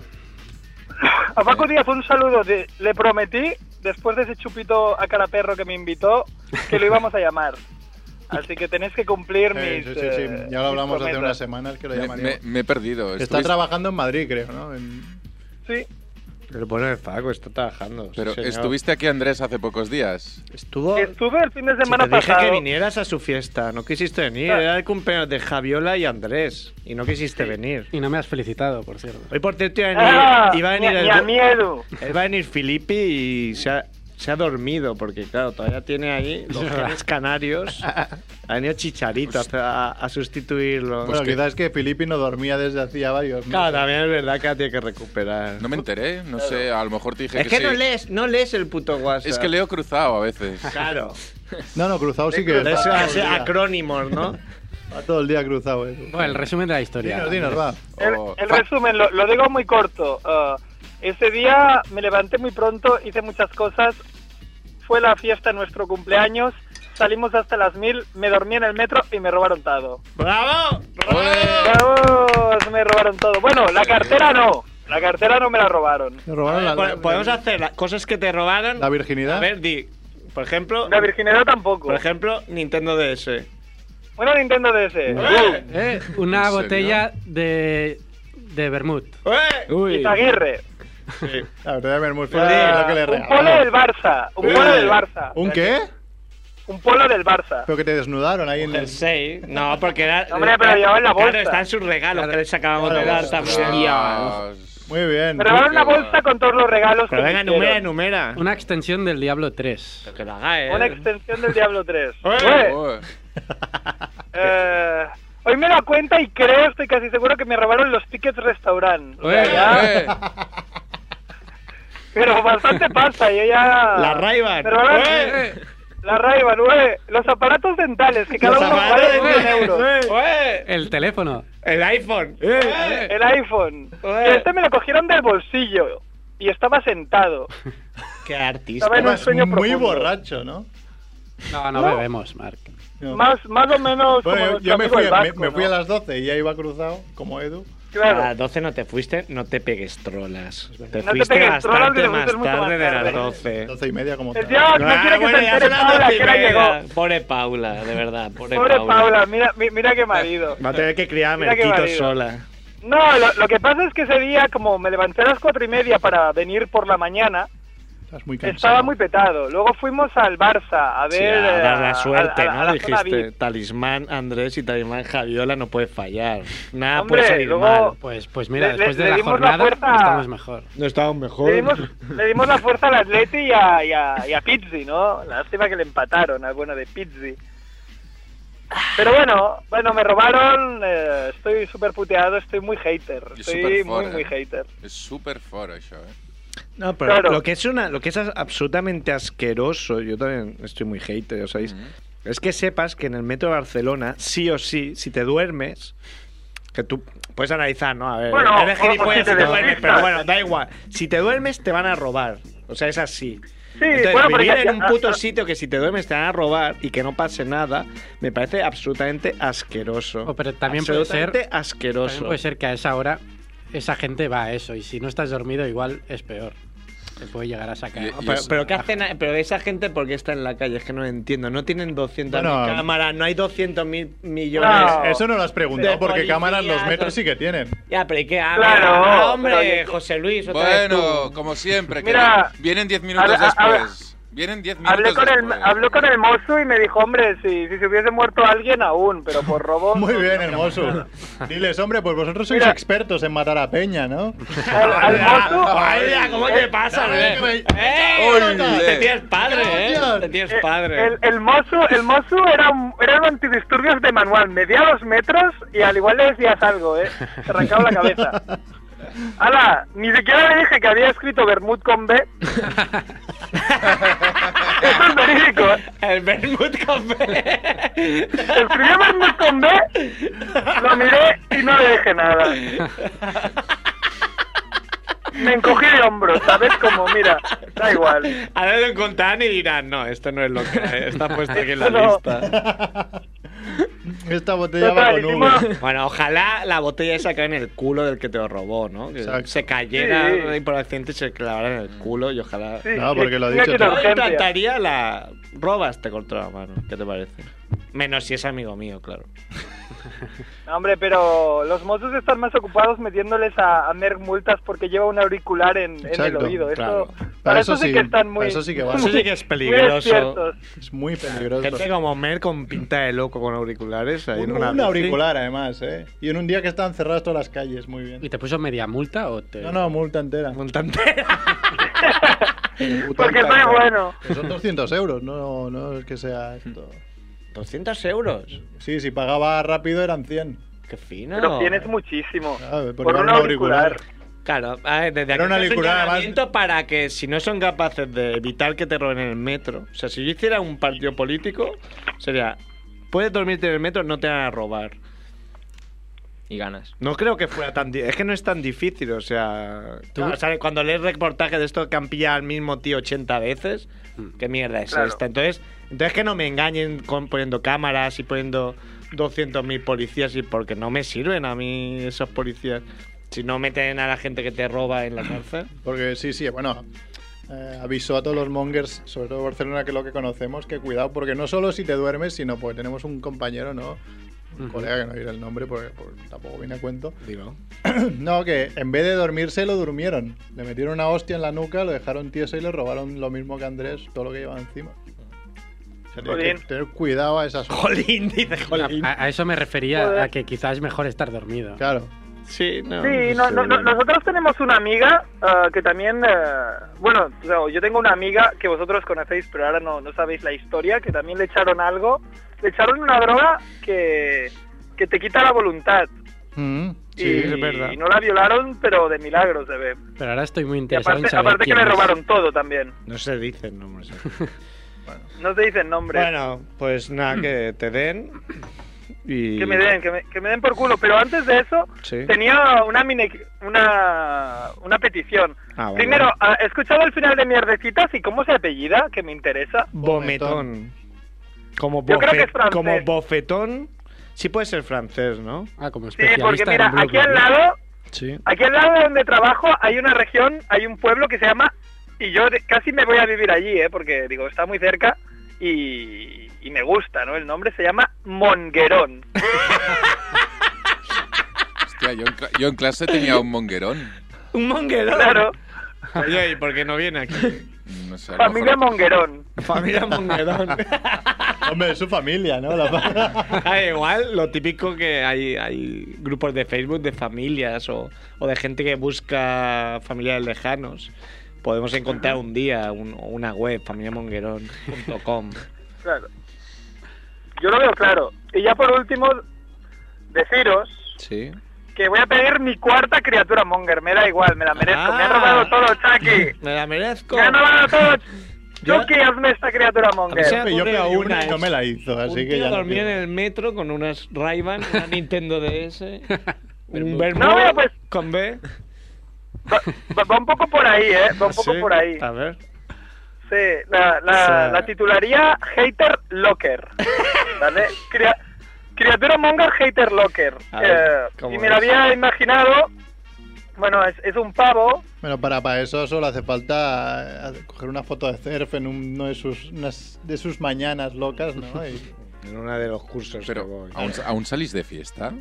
[SPEAKER 9] A Paco Díaz un saludo. de- le prometí, después de ese chupito a cara perro que me invitó, que lo íbamos a llamar. Así que tenéis que cumplir
[SPEAKER 5] Sí,
[SPEAKER 9] mis...
[SPEAKER 5] sí, sí, sí.
[SPEAKER 9] eh,
[SPEAKER 5] Ya lo hablamos
[SPEAKER 9] mis
[SPEAKER 5] hace unas
[SPEAKER 9] promesas.
[SPEAKER 5] semanas que lo
[SPEAKER 4] Me, me- pues
[SPEAKER 5] llamaríamos.
[SPEAKER 4] me he perdido.
[SPEAKER 5] Está
[SPEAKER 4] Estuvis-
[SPEAKER 5] trabajando en Madrid, creo, ¿no? En-
[SPEAKER 9] Sí,
[SPEAKER 2] El bueno de Paco está trabajando. sí,
[SPEAKER 4] Pero
[SPEAKER 2] señor.
[SPEAKER 4] estuviste aquí, Andrés, hace pocos días.
[SPEAKER 2] Estuvo.
[SPEAKER 9] estuve el fin de
[SPEAKER 2] Si
[SPEAKER 9] semana
[SPEAKER 2] te dije
[SPEAKER 9] pasado.
[SPEAKER 2] que vinieras a su fiesta, no quisiste venir.
[SPEAKER 4] Ah.
[SPEAKER 9] Claro.
[SPEAKER 2] Era el cumpleaños de Javiola y Andrés. Y no quisiste venir.
[SPEAKER 3] Y no me has felicitado, por cierto.
[SPEAKER 2] Hoy, por cierto, iba a venir,
[SPEAKER 9] Ah,
[SPEAKER 2] iba a
[SPEAKER 9] ni,
[SPEAKER 2] venir
[SPEAKER 9] a-
[SPEAKER 2] el
[SPEAKER 9] ni a
[SPEAKER 2] du-
[SPEAKER 9] miedo.
[SPEAKER 2] iba a venir Filippi y se ha,
[SPEAKER 8] se ha dormido, porque claro, todavía tiene ahí los genes canarios. Ha venido Chicharito a, a sustituirlo.
[SPEAKER 5] Bueno, quizás es que Filippi no dormía desde hacía varios meses.
[SPEAKER 8] Claro, también es verdad que la tiene que recuperar.
[SPEAKER 4] No me enteré, no sé, a lo mejor te dije
[SPEAKER 8] Es
[SPEAKER 4] que,
[SPEAKER 8] que
[SPEAKER 4] sí.
[SPEAKER 8] no lees, no lees el puto WhatsApp.
[SPEAKER 4] Es que leo cruzado a veces.
[SPEAKER 8] Claro.
[SPEAKER 5] No, no, cruzado sí que.
[SPEAKER 8] Lees
[SPEAKER 5] va
[SPEAKER 8] así
[SPEAKER 5] todo el día.
[SPEAKER 8] acrónimos, ¿no?
[SPEAKER 5] Va todo el día cruzado eh. eso.
[SPEAKER 3] Bueno, el resumen de la historia.
[SPEAKER 5] Dinos, dinos, va.
[SPEAKER 9] El, el resumen, lo, lo digo muy corto. Ah, ese día me levanté muy pronto, hice muchas cosas. Fue la fiesta de nuestro cumpleaños. Salimos hasta las mil, me dormí en el metro y me robaron todo.
[SPEAKER 8] ¡Bravo!
[SPEAKER 9] ¡Vamos! Me robaron todo. Bueno, la cartera no. La cartera no me la robaron.
[SPEAKER 5] Me robaron la,
[SPEAKER 8] Po- Podemos hacer las cosas que te robaron.
[SPEAKER 5] la virginidad.
[SPEAKER 8] A ver, di. Por ejemplo,
[SPEAKER 9] La virginidad tampoco.
[SPEAKER 8] por ejemplo, Nintendo DS.
[SPEAKER 9] Bueno, Nintendo DS.
[SPEAKER 8] ¡Eh!
[SPEAKER 3] Eh, una
[SPEAKER 4] ¿En serio?
[SPEAKER 3] botella de, de vermut.
[SPEAKER 8] ¡Eh!
[SPEAKER 2] Uy.
[SPEAKER 9] Izaguirre.
[SPEAKER 5] La verdad, me muy
[SPEAKER 9] Ah,
[SPEAKER 5] lo que le
[SPEAKER 9] un polo
[SPEAKER 5] regalaron.
[SPEAKER 9] del Barça. Un polo del Barça.
[SPEAKER 5] ¿Un qué?
[SPEAKER 9] Un polo del Barça.
[SPEAKER 5] Pero que te desnudaron ahí en el.
[SPEAKER 8] Jersey. No, porque era.
[SPEAKER 9] No, hombre, pero llevaba en la
[SPEAKER 8] Claro,
[SPEAKER 9] bolsa.
[SPEAKER 8] está en sus regalos que les acabamos de
[SPEAKER 5] Claro, pues,
[SPEAKER 8] dar también.
[SPEAKER 5] Muy bien.
[SPEAKER 9] Me robaron una
[SPEAKER 4] qué
[SPEAKER 9] bolsa
[SPEAKER 4] guay.
[SPEAKER 9] con todos los regalos
[SPEAKER 8] Pero
[SPEAKER 9] que
[SPEAKER 8] venga,
[SPEAKER 9] me
[SPEAKER 8] enumera,
[SPEAKER 9] hicieron.
[SPEAKER 8] enumera.
[SPEAKER 3] Una extensión del Diablo 3.
[SPEAKER 8] Pero Que lo haga, eh.
[SPEAKER 9] Una extensión del Diablo 3.
[SPEAKER 4] Joder.
[SPEAKER 9] Eh, hoy me da cuenta y creo, estoy casi seguro que me robaron los tickets restaurant. O sea,
[SPEAKER 3] Eh.
[SPEAKER 9] ya-
[SPEAKER 4] Eh,
[SPEAKER 9] pero bastante pasta, yo ya...
[SPEAKER 8] La Ray-Ban.
[SPEAKER 9] Me robaron-
[SPEAKER 8] Eh.
[SPEAKER 9] La Ray-Ban, eh. Los aparatos dentales, que cada
[SPEAKER 8] Los
[SPEAKER 9] uno
[SPEAKER 8] aparatos
[SPEAKER 9] vale 100
[SPEAKER 8] dentales,
[SPEAKER 9] euros.
[SPEAKER 8] ¡Eh!
[SPEAKER 3] El teléfono.
[SPEAKER 8] El iPhone. ¡Eh!
[SPEAKER 9] El iPhone.
[SPEAKER 8] Eh.
[SPEAKER 9] Y este me lo cogieron del bolsillo. Y estaba sentado.
[SPEAKER 8] Qué artista.
[SPEAKER 9] Estaba en un
[SPEAKER 5] Además,
[SPEAKER 9] sueño
[SPEAKER 5] muy
[SPEAKER 9] profundo.
[SPEAKER 5] borracho, ¿no?
[SPEAKER 3] No, no,
[SPEAKER 9] No.
[SPEAKER 3] bebemos, Marc.
[SPEAKER 5] No.
[SPEAKER 9] Más, más o
[SPEAKER 5] Bueno,
[SPEAKER 9] menos como
[SPEAKER 5] yo,
[SPEAKER 9] nuestro
[SPEAKER 5] yo me,
[SPEAKER 9] amigo
[SPEAKER 5] fui,
[SPEAKER 9] el
[SPEAKER 5] me-
[SPEAKER 9] vasco,
[SPEAKER 5] me fui a
[SPEAKER 9] ¿no?
[SPEAKER 5] las 12 y ya iba cruzado, como Edu.
[SPEAKER 9] Claro.
[SPEAKER 8] A las 12 no te fuiste, no te pegues trolas. Te
[SPEAKER 9] No te
[SPEAKER 8] fuiste
[SPEAKER 9] pegues trolas,
[SPEAKER 8] bastante
[SPEAKER 9] que te
[SPEAKER 8] más
[SPEAKER 9] fuiste mucho más
[SPEAKER 8] tarde de las
[SPEAKER 9] tarde.
[SPEAKER 8] 12.
[SPEAKER 5] 12 y media, como
[SPEAKER 9] El
[SPEAKER 5] tal.
[SPEAKER 9] Dios, no quiere que
[SPEAKER 8] bueno,
[SPEAKER 9] se
[SPEAKER 8] ya
[SPEAKER 9] entere
[SPEAKER 8] son las
[SPEAKER 9] Paula,
[SPEAKER 8] doce y
[SPEAKER 9] que ahora
[SPEAKER 8] media.
[SPEAKER 9] llegó.
[SPEAKER 8] Pobre Paula, de verdad. Pobre,
[SPEAKER 9] Pobre
[SPEAKER 8] Paula.
[SPEAKER 9] Paula, mira, mi- mira qué marido.
[SPEAKER 8] Va a tener que criar a
[SPEAKER 9] Mira qué
[SPEAKER 8] Merquito
[SPEAKER 9] marido.
[SPEAKER 8] sola.
[SPEAKER 9] No, lo, lo que pasa es que ese día, como me levanté a las cuatro y media para venir por la mañana,
[SPEAKER 5] Estás muy cansado.
[SPEAKER 9] estaba muy petado. Luego fuimos al Barça a ver.
[SPEAKER 8] Sí, a
[SPEAKER 9] eh,
[SPEAKER 8] dar
[SPEAKER 9] a-
[SPEAKER 8] la suerte,
[SPEAKER 9] a- a
[SPEAKER 8] ¿no?
[SPEAKER 9] la zona
[SPEAKER 8] Dijiste, "Ah,
[SPEAKER 9] VIP.
[SPEAKER 8] talismán Andrés y talismán Javiola no puede fallar. Nada
[SPEAKER 9] Hombre,
[SPEAKER 8] puede salir
[SPEAKER 9] luego-
[SPEAKER 8] mal.
[SPEAKER 3] Pues, pues mira,
[SPEAKER 9] Le- le-
[SPEAKER 3] después de
[SPEAKER 9] le
[SPEAKER 3] la
[SPEAKER 9] dimos la
[SPEAKER 3] jornada
[SPEAKER 9] fuerza-
[SPEAKER 3] estamos mejor.
[SPEAKER 8] No estaba mejor.
[SPEAKER 9] Le dimos, le dimos la fuerza al Atleti y a, y a, y a Pizzi, ¿no? Lástima que le empataron al bueno de Pizzi. Pero bueno, bueno, me robaron, eh, estoy súper puteado, estoy muy hater,
[SPEAKER 4] Y
[SPEAKER 9] estoy
[SPEAKER 4] súper
[SPEAKER 9] muy,
[SPEAKER 4] fora,
[SPEAKER 9] muy
[SPEAKER 4] ¿eh?
[SPEAKER 9] hater.
[SPEAKER 4] Es súper fora eso, ¿eh?
[SPEAKER 8] No, pero
[SPEAKER 9] Claro.
[SPEAKER 8] lo que es una, lo que es absolutamente asqueroso, yo también estoy muy hater, ¿sabéis?
[SPEAKER 4] Mm.
[SPEAKER 8] Es que sepas que en el metro de Barcelona, sí o sí, si te duermes, que tú puedes analizar, ¿no? A ver,
[SPEAKER 9] Bueno,
[SPEAKER 8] eres
[SPEAKER 9] o- o
[SPEAKER 8] gilipollas
[SPEAKER 9] si te
[SPEAKER 8] si te duermes,
[SPEAKER 9] despistas.
[SPEAKER 8] pero bueno, da igual. Si te duermes, te van a robar. O sea, es así.
[SPEAKER 9] Sí,
[SPEAKER 8] Entonces,
[SPEAKER 9] bueno, pero
[SPEAKER 8] vivir
[SPEAKER 9] ya-
[SPEAKER 8] en un
[SPEAKER 9] ya-
[SPEAKER 8] puto
[SPEAKER 9] ya-
[SPEAKER 8] sitio que si te duermes te van a robar y que no pase nada, me parece absolutamente asqueroso.
[SPEAKER 3] Oh, pero también puede ser-
[SPEAKER 8] Absolutamente asqueroso.
[SPEAKER 3] También puede ser que a esa hora esa gente va a eso y si no estás dormido igual es peor. Te puede llegar a sacar.
[SPEAKER 4] Y-
[SPEAKER 8] Ah,
[SPEAKER 4] y-
[SPEAKER 8] Pero,
[SPEAKER 4] eso.
[SPEAKER 8] pero ¿qué hacen? a- Pero esa gente, ¿por qué está en la calle? Es que no lo entiendo. No tienen 200
[SPEAKER 5] Bueno.
[SPEAKER 8] cámaras, no hay 200 mil millones.
[SPEAKER 9] No.
[SPEAKER 5] Eso no lo has preguntado,
[SPEAKER 8] De
[SPEAKER 5] porque
[SPEAKER 8] policía,
[SPEAKER 5] cámaras los metros
[SPEAKER 8] eso-
[SPEAKER 5] sí que tienen.
[SPEAKER 8] Ya, pero ¿y qué? Ah,
[SPEAKER 9] Claro,
[SPEAKER 8] mira, ah,
[SPEAKER 9] pero
[SPEAKER 8] hombre,
[SPEAKER 9] yo-
[SPEAKER 8] José Luis, otra vez
[SPEAKER 4] Bueno,
[SPEAKER 8] tú.
[SPEAKER 4] como siempre, que
[SPEAKER 9] Mira,
[SPEAKER 4] vienen 10 minutos
[SPEAKER 9] a- a- a-
[SPEAKER 4] después. Vienen 10 minutos
[SPEAKER 9] Hablé con, el,
[SPEAKER 4] después.
[SPEAKER 9] habló con el mozo y me dijo, hombre, si, si se hubiese muerto alguien aún, pero por robo...
[SPEAKER 5] Muy
[SPEAKER 9] no,
[SPEAKER 5] bien,
[SPEAKER 9] no, no.
[SPEAKER 5] hermoso. Diles, hombre, pues vosotros sois
[SPEAKER 9] Mira.
[SPEAKER 5] expertos en matar a Peña, ¿no?
[SPEAKER 9] Al, al mozo...
[SPEAKER 8] Vaya, ¿cómo te pasa,
[SPEAKER 5] Ay,
[SPEAKER 8] eh?
[SPEAKER 5] que me-
[SPEAKER 8] ¡Eh!
[SPEAKER 4] Ole.
[SPEAKER 8] Te tienes padre, eh.
[SPEAKER 5] Gracias.
[SPEAKER 8] Te tienes
[SPEAKER 9] eh,
[SPEAKER 8] padre.
[SPEAKER 9] El, el mozo, el mozo era, un, era un antidisturbios de manual. Medía dos metros y al igual le decías algo, ¿eh? Te arrancaba la cabeza. Ala, ni siquiera le dije que había escrito Bermud con B. Eso es verídico. ¿eh?
[SPEAKER 8] El Bermud Café.
[SPEAKER 9] Escribió Bermud con B, lo miré y no le dije nada. Me encogí de hombros, ¿sabes? Como, mira, da igual.
[SPEAKER 8] Ahora lo encontrarán y dirán, no, esto no es lo que eh, está
[SPEAKER 9] Ah.
[SPEAKER 8] puesto aquí en la
[SPEAKER 9] No.
[SPEAKER 8] lista.
[SPEAKER 5] Esta botella va
[SPEAKER 9] Total,
[SPEAKER 5] con uno.
[SPEAKER 9] hicimos-
[SPEAKER 8] Bueno, ojalá la botella esa caiga en el culo del que te lo robó, ¿no? Que
[SPEAKER 5] Exacto.
[SPEAKER 8] se cayera
[SPEAKER 9] Sí.
[SPEAKER 8] y por accidente se clavara en el culo y ojalá...
[SPEAKER 9] Sí,
[SPEAKER 5] No, porque lo ha
[SPEAKER 9] tenía
[SPEAKER 5] dicho
[SPEAKER 9] que ir
[SPEAKER 5] tú.
[SPEAKER 9] a
[SPEAKER 8] No me
[SPEAKER 9] urgencias.
[SPEAKER 8] este encantaría la... Robas te cortó la mano, ¿qué te parece?
[SPEAKER 16] Menos si es amigo mío, claro.
[SPEAKER 9] No, hombre, pero los mozos están más ocupados metiéndoles a, a Merck multas porque lleva un auricular en, en el
[SPEAKER 5] Exacto,
[SPEAKER 9] oído. Esto-
[SPEAKER 5] claro.
[SPEAKER 9] para,
[SPEAKER 5] Para
[SPEAKER 9] eso,
[SPEAKER 5] eso
[SPEAKER 9] sí
[SPEAKER 5] sí,
[SPEAKER 9] que están muy.
[SPEAKER 5] para eso sí que va.
[SPEAKER 8] Eso sí que es peligroso.
[SPEAKER 9] despiertos.
[SPEAKER 5] Es muy peligroso.
[SPEAKER 8] Gente como Mer con pinta de loco con auriculares. Ahí
[SPEAKER 5] Un,
[SPEAKER 8] en una
[SPEAKER 5] un
[SPEAKER 8] bici.
[SPEAKER 5] auricular, además, ¿eh? Y en un día que estaban cerradas todas las calles, muy bien.
[SPEAKER 3] ¿Y te puso media multa o te.?
[SPEAKER 5] No, no, multa entera.
[SPEAKER 8] Multa entera.
[SPEAKER 9] Porque soy bueno.
[SPEAKER 5] Que son 200 euros, no, no es que sea esto.
[SPEAKER 8] ¿200 euros?
[SPEAKER 5] Sí, si pagaba rápido eran 100.
[SPEAKER 8] Qué fino.
[SPEAKER 9] Pero tienes muchísimo.
[SPEAKER 5] Ah, por
[SPEAKER 9] Por
[SPEAKER 5] llevar
[SPEAKER 9] un
[SPEAKER 5] un auricular.
[SPEAKER 9] auricular.
[SPEAKER 8] Claro, a ver, desde aquí
[SPEAKER 5] Era un
[SPEAKER 8] un
[SPEAKER 5] auricular, además-
[SPEAKER 8] señalamiento para que si no son capaces de evitar que te roben en el metro, o sea, si yo hiciera un partido político, sería, puedes dormirte en el metro, no te van a robar.
[SPEAKER 17] Y ganas.
[SPEAKER 8] No creo que fuera tan... di- Es que no es tan difícil, o sea... claro, ¿sabes? Cuando lees reportajes de esto que han pillado al mismo tío 80 veces, ¿qué mierda es
[SPEAKER 9] Claro.
[SPEAKER 8] esta? Entonces, entonces que no me engañen con, poniendo cámaras y poniendo 200.000 policías y porque no me sirven a mí esos policías. Si no meten a la gente que te roba en la cárcel.
[SPEAKER 5] Porque sí, sí, bueno. eh, avisó a todos los mongers, sobre todo Barcelona, que es lo que conocemos, que cuidado, porque no solo si te duermes, sino porque tenemos un compañero, ¿no? Un colega que no diré el nombre porque, porque tampoco viene a cuento.
[SPEAKER 8] Digo.
[SPEAKER 5] No, que en vez de dormirse lo durmieron. Le metieron una hostia en la nuca, lo dejaron tieso y le robaron lo mismo que Andrés, todo lo que llevaba encima. O sea, tienes que
[SPEAKER 9] Jolín.
[SPEAKER 5] tener cuidado a esas horas.
[SPEAKER 8] Jolín, dice Jolín.
[SPEAKER 3] A, a eso me refería
[SPEAKER 9] Joder.
[SPEAKER 3] a que quizás es mejor estar dormido.
[SPEAKER 5] Claro.
[SPEAKER 8] Sí, no.
[SPEAKER 5] pues
[SPEAKER 9] Sí, no- no- no- nosotros tenemos una amiga ah, que también, ah, bueno, no, yo tengo una amiga que vosotros conocéis, pero ahora no, no sabéis la historia, que también le echaron algo, le echaron una droga que, que te quita la voluntad.
[SPEAKER 5] Mm,
[SPEAKER 9] Y,
[SPEAKER 5] sí, es
[SPEAKER 9] y no la violaron, pero de milagro se ve.
[SPEAKER 3] Pero ahora estoy muy
[SPEAKER 9] Y
[SPEAKER 3] interesado en
[SPEAKER 9] aparte,
[SPEAKER 3] saber
[SPEAKER 9] aparte que
[SPEAKER 3] quién
[SPEAKER 9] le
[SPEAKER 3] es.
[SPEAKER 9] robaron todo también.
[SPEAKER 8] No se dicen nombres.
[SPEAKER 9] No te dicen nombre.
[SPEAKER 8] bueno, pues nada, que te den. Y...
[SPEAKER 9] Mm. Que me den, que me, que me den por culo. Pero antes de eso,
[SPEAKER 8] Sí.
[SPEAKER 9] tenía una mini, una, una petición.
[SPEAKER 8] Ah, vale.
[SPEAKER 9] Primero, ah, he escuchado el final de Mierdecitas y cómo se apellida, que me interesa.
[SPEAKER 8] Vometón. Como,
[SPEAKER 9] Yo creo que
[SPEAKER 8] bofe-
[SPEAKER 9] es francés.
[SPEAKER 8] como bofetón. Sí puede ser francés, ¿no?
[SPEAKER 3] Ah, como
[SPEAKER 9] Sí,
[SPEAKER 3] especialista
[SPEAKER 9] porque
[SPEAKER 3] en
[SPEAKER 9] mira,
[SPEAKER 3] blue,
[SPEAKER 9] aquí
[SPEAKER 3] blue,
[SPEAKER 9] al
[SPEAKER 3] blue.
[SPEAKER 9] lado,
[SPEAKER 8] Sí.
[SPEAKER 9] aquí al lado donde trabajo hay una región, hay un pueblo que se llama, y yo de- casi me voy a vivir allí, ¿eh? porque digo, está muy cerca y, y me gusta, ¿no? El nombre se llama Monguerón.
[SPEAKER 4] Hostia, yo en, cla- yo en clase tenía un monguerón.
[SPEAKER 8] Un monguerón.
[SPEAKER 9] Claro,
[SPEAKER 8] Oye, ¿y por qué no viene aquí?
[SPEAKER 4] No
[SPEAKER 9] Pues,
[SPEAKER 4] sé, a lo
[SPEAKER 9] familia
[SPEAKER 4] mejor-
[SPEAKER 9] Monguerón.
[SPEAKER 8] Familia monguerón.
[SPEAKER 5] Hombre, es su familia, ¿no? La-
[SPEAKER 8] Ah, igual, lo típico que hay, hay grupos de Facebook de familias o, o de gente que busca familiares lejanos. Podemos encontrar un día un- una web, familiamonguerón.com.
[SPEAKER 9] Claro. Yo lo veo claro. Y ya por último, deciros
[SPEAKER 8] Sí.
[SPEAKER 9] que voy a pedir mi cuarta criatura Monger. Me da igual, me la merezco. Me ha
[SPEAKER 8] Ah.
[SPEAKER 9] robado todo, Chucky.
[SPEAKER 8] Me la merezco.
[SPEAKER 9] Me ha robado todo.
[SPEAKER 8] Yo-
[SPEAKER 9] Chucky, hazme esta criatura
[SPEAKER 8] A mí se
[SPEAKER 9] Monger.
[SPEAKER 8] me
[SPEAKER 5] Yo
[SPEAKER 8] ocurre
[SPEAKER 5] pego una
[SPEAKER 8] una,
[SPEAKER 5] y no
[SPEAKER 8] es-
[SPEAKER 5] me la hizo,
[SPEAKER 8] un
[SPEAKER 5] así
[SPEAKER 8] tío
[SPEAKER 5] que ya. no
[SPEAKER 8] dormía
[SPEAKER 5] quiero.
[SPEAKER 8] en el metro con unas Ray-Ban, una Nintendo DS, un Bermuda
[SPEAKER 9] No, mira, pues-
[SPEAKER 8] con B.
[SPEAKER 9] Va, va- va un poco por ahí, ¿eh? Va un poco
[SPEAKER 8] Sí,
[SPEAKER 9] por ahí.
[SPEAKER 8] A ver.
[SPEAKER 9] Sí,
[SPEAKER 8] Ah,
[SPEAKER 9] la, la,
[SPEAKER 8] O sea-
[SPEAKER 9] la titularía Hater Locker. ¿Vale? Cria- criatura Monger Hater Locker.
[SPEAKER 8] A ver,
[SPEAKER 9] Eh,
[SPEAKER 8] ¿cómo
[SPEAKER 9] y me la
[SPEAKER 8] es?
[SPEAKER 9] había imaginado. Bueno, es, es un pavo
[SPEAKER 5] Bueno, para, para eso solo hace falta eh, coger una foto de surf en un- uno de sus, unas- de sus mañanas locas, ¿no? Y-
[SPEAKER 8] En uno de los cursos. que
[SPEAKER 4] Pero,
[SPEAKER 8] voy.
[SPEAKER 4] ¿aún, aún salís de fiesta?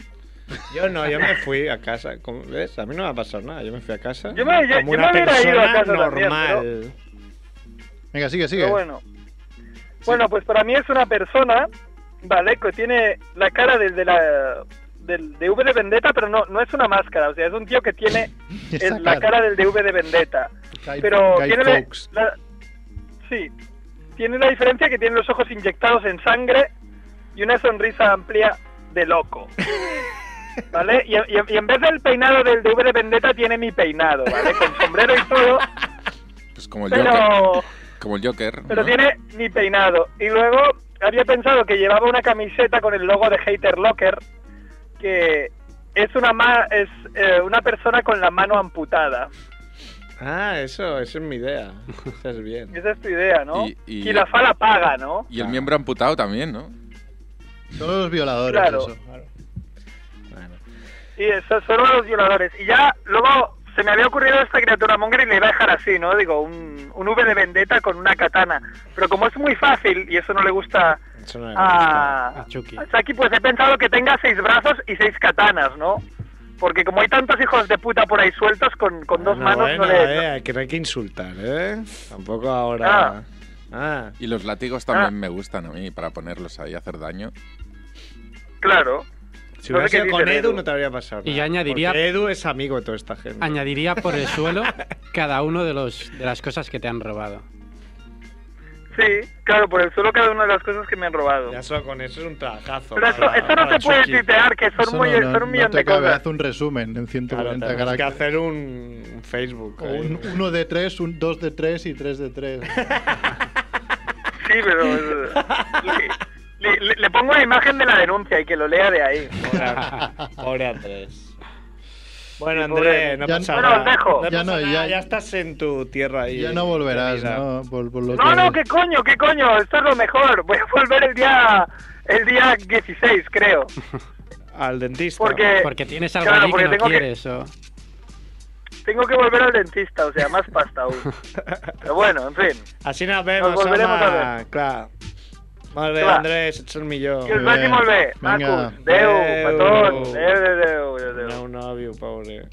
[SPEAKER 8] Yo no, yo me fui a casa. como- ¿Ves? A mí no me ha pasado nada. Yo me fui a casa.
[SPEAKER 9] Yo me- yo-
[SPEAKER 8] como
[SPEAKER 9] yo
[SPEAKER 8] una
[SPEAKER 9] me hubiera
[SPEAKER 8] persona
[SPEAKER 9] ido a casa también,
[SPEAKER 8] normal.
[SPEAKER 5] Venga, sigue, sigue.
[SPEAKER 9] Pero bueno. Bueno, pues para mí es una persona, ¿vale? Que tiene la cara del de la del de V de Vendetta, pero no, no es una máscara, o sea, es un tío que tiene
[SPEAKER 5] Esa
[SPEAKER 9] el- la cara del de V de Vendetta.
[SPEAKER 5] Guy-
[SPEAKER 9] Pero
[SPEAKER 5] Guy
[SPEAKER 9] tiene la,
[SPEAKER 5] Fawkes.
[SPEAKER 9] la- sí, tiene la diferencia que tiene los ojos inyectados en sangre y una sonrisa amplia de loco. ¿Vale? Y, y- y en vez del peinado del de V de Vendetta tiene mi peinado, ¿vale? Con sombrero y todo,
[SPEAKER 4] Pues como el Joker.
[SPEAKER 9] pero
[SPEAKER 4] Como el Joker.
[SPEAKER 9] pero
[SPEAKER 4] ¿no?
[SPEAKER 9] tiene mi peinado. Y luego había pensado que llevaba una camiseta con el logo de Hater Locker, que es una ma- es eh, una persona con la mano amputada.
[SPEAKER 8] Ah, eso, esa es mi idea. Estás bien.
[SPEAKER 9] Esa es tu idea, ¿no?
[SPEAKER 4] Y- y-
[SPEAKER 9] la fala paga, ¿no?
[SPEAKER 4] Y el miembro amputado también, ¿no?
[SPEAKER 5] Solo los violadores,
[SPEAKER 9] Claro.
[SPEAKER 5] eso. claro.
[SPEAKER 8] Bueno.
[SPEAKER 9] Y eso solo a los violadores. Y ya luego se me había ocurrido esta criatura monger y le iba a dejar así, ¿no? Digo, un, un V de vendetta con una katana. Pero como es muy fácil y eso no le gusta
[SPEAKER 2] Eso no me
[SPEAKER 9] Ah,
[SPEAKER 2] gusta.
[SPEAKER 9] Saki, pues he pensado que tenga seis brazos y seis katanas, ¿no? Porque como hay tantos hijos de puta por ahí sueltos, con, con dos
[SPEAKER 5] Ah,
[SPEAKER 8] Bueno,
[SPEAKER 9] manos
[SPEAKER 8] bueno,
[SPEAKER 9] no le...
[SPEAKER 8] eh, que no hay que insultar, ¿eh? Tampoco ahora. Ah.
[SPEAKER 4] Y los látigos también me gustan a mí, para ponerlos ahí, hacer daño.
[SPEAKER 9] Claro.
[SPEAKER 8] Si hubiera
[SPEAKER 4] No sé qué
[SPEAKER 8] sido con
[SPEAKER 4] dice
[SPEAKER 8] Edu,
[SPEAKER 4] Edu.
[SPEAKER 8] no te habría pasado.
[SPEAKER 3] Y
[SPEAKER 8] nada,
[SPEAKER 3] añadiría-
[SPEAKER 8] porque Edu es amigo de toda esta gente.
[SPEAKER 3] Añadiría por el suelo cada uno de, los, de las cosas que te han robado.
[SPEAKER 9] Sí, claro, por el suelo cada una de las cosas que me han robado.
[SPEAKER 8] Ya solo con eso es un trabajazo.
[SPEAKER 9] Pero eso, eso no se puede tuitear, que son,
[SPEAKER 5] Ah, Eso
[SPEAKER 9] muy,
[SPEAKER 5] no, no-
[SPEAKER 9] son un
[SPEAKER 5] no
[SPEAKER 9] millón
[SPEAKER 5] te
[SPEAKER 9] de
[SPEAKER 5] cabe,
[SPEAKER 9] cosas.
[SPEAKER 5] haz un resumen en 140
[SPEAKER 8] Claro, tenemos que
[SPEAKER 5] caracteres.
[SPEAKER 8] hacer un, un Facebook.
[SPEAKER 5] O
[SPEAKER 8] ahí.
[SPEAKER 5] un- uno de tres, un dos de tres y tres de tres.
[SPEAKER 9] Sí, pero... eh, Le, le- le pongo una imagen de la denuncia y que lo lea de ahí.
[SPEAKER 8] Pobre Andrés. Bueno,
[SPEAKER 9] Sí, pobre
[SPEAKER 8] Andrés,
[SPEAKER 9] Andrés.
[SPEAKER 8] no
[SPEAKER 9] Ya-
[SPEAKER 8] pasa
[SPEAKER 9] Bueno,
[SPEAKER 8] nada.
[SPEAKER 9] os dejo.
[SPEAKER 8] No
[SPEAKER 9] Ya
[SPEAKER 8] pasa
[SPEAKER 9] no,
[SPEAKER 8] nada,
[SPEAKER 9] ya-
[SPEAKER 8] ya estás en tu tierra ahí.
[SPEAKER 5] ya no volverás, ¿no? Por, por lo
[SPEAKER 9] No,
[SPEAKER 5] que-
[SPEAKER 9] no, qué coño, qué coño, esto es lo mejor. Voy a volver el día, el día 16, creo.
[SPEAKER 8] Al dentista.
[SPEAKER 9] Porque-
[SPEAKER 3] tienes algo
[SPEAKER 9] Eh, claro,
[SPEAKER 3] allí que
[SPEAKER 9] porque
[SPEAKER 3] no
[SPEAKER 9] tengo que-
[SPEAKER 3] quieres. o-
[SPEAKER 9] Tengo que volver al dentista, o sea, más pasta aún. Pero bueno, en fin.
[SPEAKER 8] Así nos vemos,
[SPEAKER 9] Nos volveremos
[SPEAKER 8] home.
[SPEAKER 9] a
[SPEAKER 8] Clar. Molt bé,
[SPEAKER 9] Clar.
[SPEAKER 8] Andrés, ets un millor.
[SPEAKER 9] Que us vagi molt bé, macos. Adeu, petons. Adeu, adeu, adeu.
[SPEAKER 8] Adeu, un novio, pobre.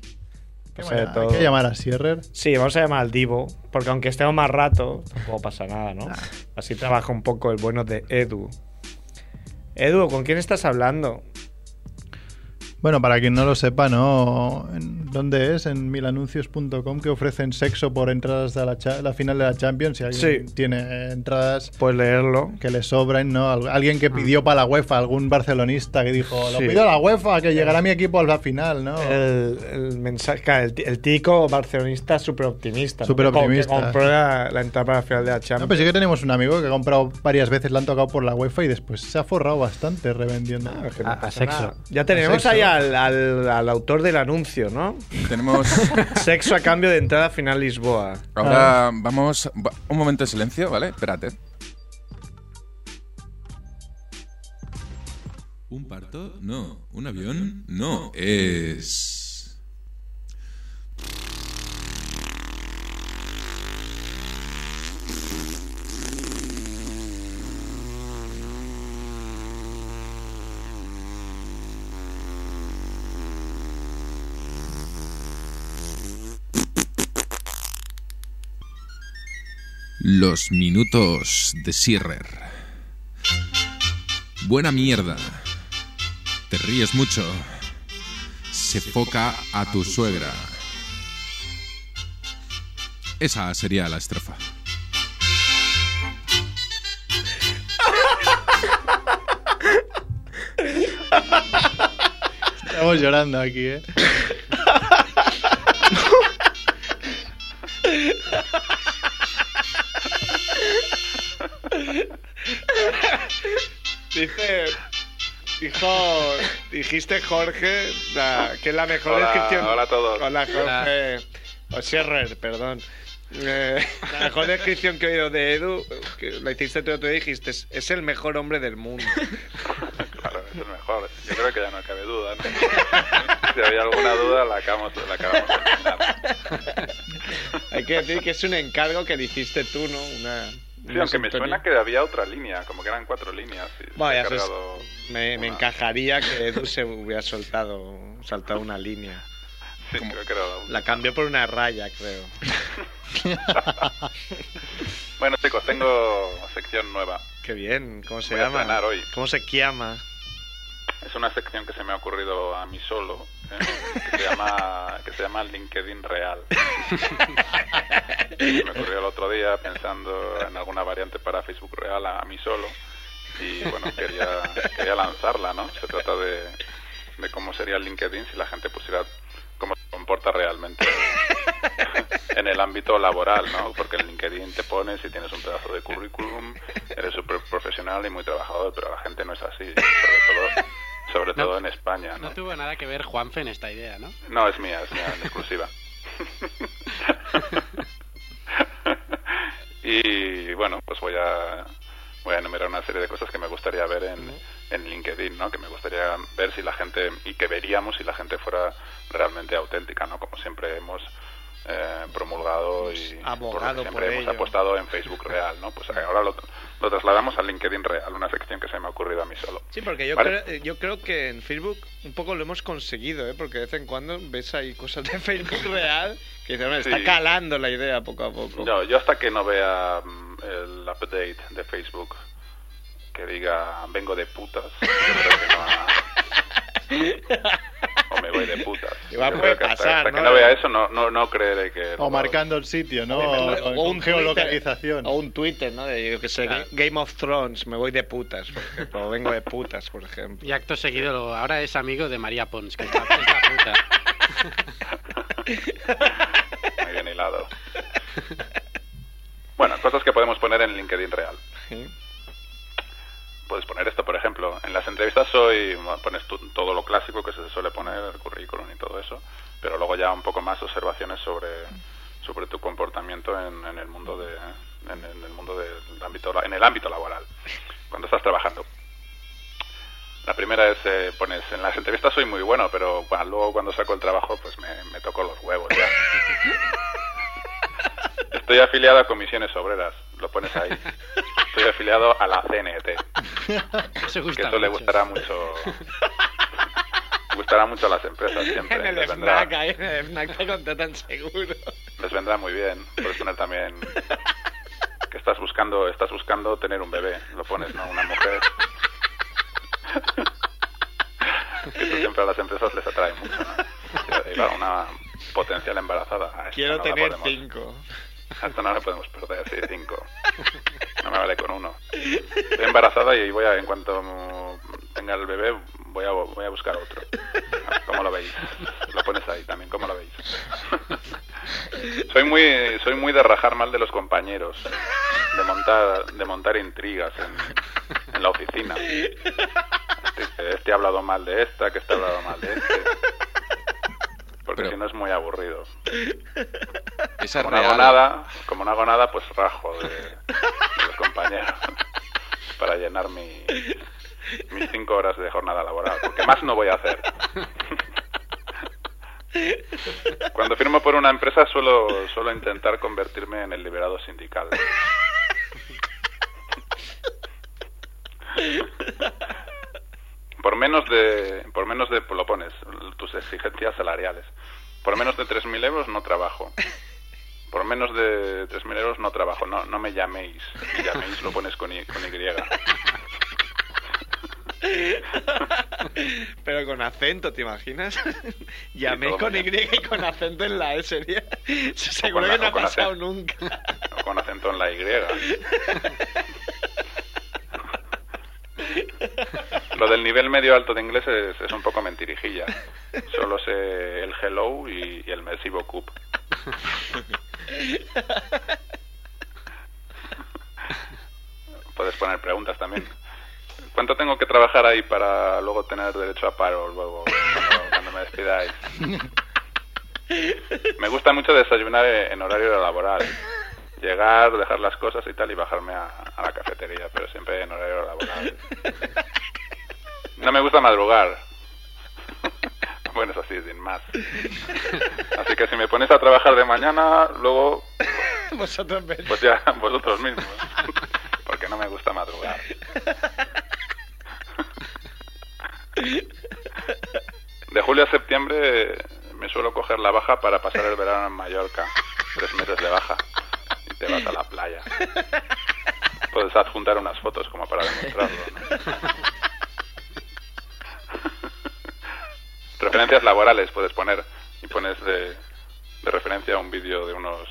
[SPEAKER 8] Pasa de
[SPEAKER 5] Bueno,
[SPEAKER 8] todo.
[SPEAKER 5] Hay que llamar a Sierrer.
[SPEAKER 8] Sí, vamos a llamar al Divo, porque aunque estemos más rato, tampoco pasa nada, ¿no? Así trabaja un poco el bueno de Edu. Edu, ¿con quién estás hablando?
[SPEAKER 5] Bueno, para quien no lo sepa, ¿no? ¿En- ¿Dónde es? En milanuncios.com que ofrecen sexo por entradas a la, cha- la final de la Champions. Si alguien tiene entradas.
[SPEAKER 8] Pues leerlo.
[SPEAKER 5] Que le sobren, ¿no? Al- Alguien que pidió para la UEFA, algún barcelonista que dijo, lo
[SPEAKER 8] Sí. Eh,
[SPEAKER 5] pido a la UEFA, que llegará mi equipo a la final, ¿no?
[SPEAKER 8] El, el mensaje, claro, el, ti- el tico barcelonista súper optimista.
[SPEAKER 5] Superoptimista.
[SPEAKER 8] Que compró la, la entrada para la final de la Champions.
[SPEAKER 5] No, pero sí que tenemos un amigo que ha comprado varias veces, le han tocado por la UEFA y después se ha forrado bastante revendiendo.
[SPEAKER 8] Ah, no A- a pasa sexo. nada. Ya tenemos ahí al, al- al autor del anuncio, ¿no?
[SPEAKER 4] Tenemos
[SPEAKER 8] sexo a cambio de entrada a final Lisboa.
[SPEAKER 4] Ahora vamos. va- Un momento de silencio, ¿vale? Espérate. ¿Un parto? No. ¿Un avión? No. Es. Los minutos de Sirrer. Buena mierda. Te ríes mucho. Se foca a tu suegra. Esa sería la estrofa.
[SPEAKER 5] Estamos llorando aquí, ¿eh?
[SPEAKER 2] Dice. Dijo. Dijiste Jorge la- que es la mejor
[SPEAKER 18] Hola,
[SPEAKER 2] descripción.
[SPEAKER 18] hola a todos.
[SPEAKER 2] Hola, Jorge. O Scherrer, perdón. Eh, la mejor descripción que he oído de Edu, que la hiciste tú, tú dijiste, es, es el mejor hombre del mundo.
[SPEAKER 18] Claro, es el mejor. Yo creo que ya no cabe duda, ¿no? Si había alguna duda, la acabamos, la acabamos de terminar.
[SPEAKER 2] Hay que decir que es un encargo que le hiciste tú, ¿no? Una,
[SPEAKER 18] Sí,
[SPEAKER 2] una
[SPEAKER 18] aunque me
[SPEAKER 2] sintonía.
[SPEAKER 18] suena que había otra línea, como que eran cuatro líneas. y se
[SPEAKER 2] Vaya,
[SPEAKER 18] ha
[SPEAKER 2] eso es-
[SPEAKER 18] cargado-
[SPEAKER 2] me, me encajaría que Edu se hubiera soltado, saltado una línea.
[SPEAKER 18] Sí, creo que era la
[SPEAKER 2] La cambió por una raya, creo.
[SPEAKER 18] Bueno, chicos, tengo sección nueva.
[SPEAKER 2] Qué bien, ¿cómo se
[SPEAKER 18] Voy a
[SPEAKER 2] llama?
[SPEAKER 18] estrenar hoy.
[SPEAKER 2] ¿Cómo se llama?
[SPEAKER 18] Es una sección que se me ha ocurrido a mí solo, ¿eh? que, se llama, que se llama LinkedIn Real. Se me ocurrió el otro día pensando en alguna variante para Facebook Real a, a mí solo y bueno, quería, quería lanzarla, ¿no? Se trata de, de cómo sería LinkedIn si la gente pusiera cómo se comporta realmente en el ámbito laboral, ¿no? Porque en LinkedIn te pones y tienes un pedazo de currículum, eres súper profesional y muy trabajador, pero la gente no es así, sobre todo, sobre todo en España, ¿no?
[SPEAKER 3] No tuvo nada que ver Juanfe en esta idea, ¿no?
[SPEAKER 18] No, es mía, es mía, en exclusiva. y bueno, pues voy a, voy a enumerar una serie de cosas que me gustaría ver ¿eh? en, en LinkedIn, ¿no? Que me gustaría ver si la gente, y que veríamos si la gente fuera realmente auténtica, ¿no? Como siempre hemos
[SPEAKER 8] eh, promulgado y
[SPEAKER 10] abogado
[SPEAKER 8] siempre
[SPEAKER 10] por
[SPEAKER 8] hemos
[SPEAKER 10] ello.
[SPEAKER 8] apostado en Facebook real, ¿no? Pues ahora lo, lo trasladamos al LinkedIn real, una sección que se me ha ocurrido a mí solo.
[SPEAKER 10] Sí, porque yo,
[SPEAKER 8] Vale.
[SPEAKER 10] creo, eh, yo creo que en Facebook un poco lo hemos conseguido, ¿eh? porque de vez en cuando ves ahí cosas de Facebook real que dices, "Hombre, está
[SPEAKER 8] Sí.
[SPEAKER 10] calando la idea poco a poco.
[SPEAKER 8] No, yo hasta que no vea mm, el update de Facebook que diga vengo de putas, yo creo que no ha- o me voy de putas.
[SPEAKER 10] Igual
[SPEAKER 8] Yo
[SPEAKER 10] puede
[SPEAKER 8] creo que hasta-
[SPEAKER 10] pasar,
[SPEAKER 8] hasta que
[SPEAKER 10] ¿no?
[SPEAKER 8] no vea eso, no, no, no creeré que...
[SPEAKER 5] O marcando el sitio, ¿no? O, o Oh, con geolocalización.
[SPEAKER 10] Twitter, o un Twitter, ¿no? De, yo que sé, Game of Thrones, me voy de putas, por ejemplo, o vengo de putas, por ejemplo.
[SPEAKER 3] Y acto seguido, lo- ahora es amigo de María Pons, que es la, es la puta.
[SPEAKER 8] Muy bien hilado. Bueno, cosas que podemos poner en LinkedIn real. Puedes poner esto, por ejemplo, en las entrevistas hoy bueno, pones tú todo lo clásico que se suele poner, el currículum y todo eso, pero luego ya un poco más observaciones sobre, sobre tu comportamiento en, en el mundo de en, en el mundo del ámbito la- en el ámbito laboral cuando estás trabajando. La primera es eh, pones en las entrevistas soy muy bueno, pero bueno, luego cuando saco el trabajo pues me, me toco los huevos ya. Estoy afiliado a comisiones obreras, lo pones ahí. Estoy afiliado a la CNT
[SPEAKER 3] Eso
[SPEAKER 8] que
[SPEAKER 3] gusta
[SPEAKER 8] eso le
[SPEAKER 3] mucho.
[SPEAKER 8] gustará mucho gustará mucho a las empresas siempre
[SPEAKER 10] En el
[SPEAKER 8] les vendrá
[SPEAKER 10] Fnac, ahí en el Fnac te contratan seguro.
[SPEAKER 8] les vendrá muy bien puedes poner también que estás buscando estás buscando tener un bebé lo pones no una mujer que eso siempre a las empresas les atrae mucho ¿no? Y va una potencial embarazada a esta
[SPEAKER 10] Quiero
[SPEAKER 8] no la
[SPEAKER 10] tener
[SPEAKER 8] podemos-
[SPEAKER 10] cinco.
[SPEAKER 8] a esta no la podemos perder sí cinco no me vale con uno estoy embarazada y voy a, en cuanto tenga el bebé, voy a, voy a buscar otro. ¿Cómo lo veis? Lo pones ahí también, ¿cómo lo veis? soy muy soy muy de rajar mal de los compañeros, de montar de montar intrigas en, en la oficina. Este, este ha hablado mal de esta, que este ha hablado mal de este. Porque si no es muy aburrido.
[SPEAKER 4] Esa
[SPEAKER 8] como, no hago
[SPEAKER 4] real.
[SPEAKER 8] nada, como no hago nada, pues rajo de, de los compañeros para llenar mi, mis cinco horas de jornada laboral, porque más no voy a hacer. Cuando firmo por una empresa suelo, suelo intentar convertirme en el liberado sindical. Por menos de, por menos de, lo pones, tus exigencias salariales. Por menos de 3.000 euros no trabajo. Por menos de 3.000 euros no trabajo. No, no me llaméis. Y llaméis lo pones con Y. Con y.
[SPEAKER 10] Pero con acento, ¿te imaginas? Llamé
[SPEAKER 8] todo
[SPEAKER 10] con Y
[SPEAKER 8] mañana. Pues
[SPEAKER 10] y con acento en la E sería. Seguro
[SPEAKER 8] con la-
[SPEAKER 10] que no
[SPEAKER 8] o
[SPEAKER 10] ha
[SPEAKER 8] con
[SPEAKER 10] pasado
[SPEAKER 8] acento.
[SPEAKER 10] nunca.
[SPEAKER 8] o con acento en la Y. Lo del nivel medio alto de inglés es, es un poco mentirijilla. Solo sé el hello y, y el merci beaucoup. Puedes poner preguntas también. ¿Cuánto tengo que trabajar ahí para luego tener derecho a paro luego cuando, cuando me despidáis? Me gusta mucho desayunar e- en horario laboral. Llegar, dejar las cosas y tal y bajarme a, a la cafetería, pero siempre en horario laboral. No me gusta madrugar. Bueno, es así, sin más. Así que si me pones a trabajar de mañana, luego,
[SPEAKER 10] Vosotros veis.
[SPEAKER 8] pues ya vosotros mismos. Porque no me gusta madrugar. De julio a septiembre me suelo coger la baja para pasar el verano en Mallorca. Tres meses de baja. Y te vas a la playa. Puedes adjuntar unas fotos como para demostrarlo. ¿no? Referencias laborales puedes poner. Y pones de, de referencia un vídeo de unos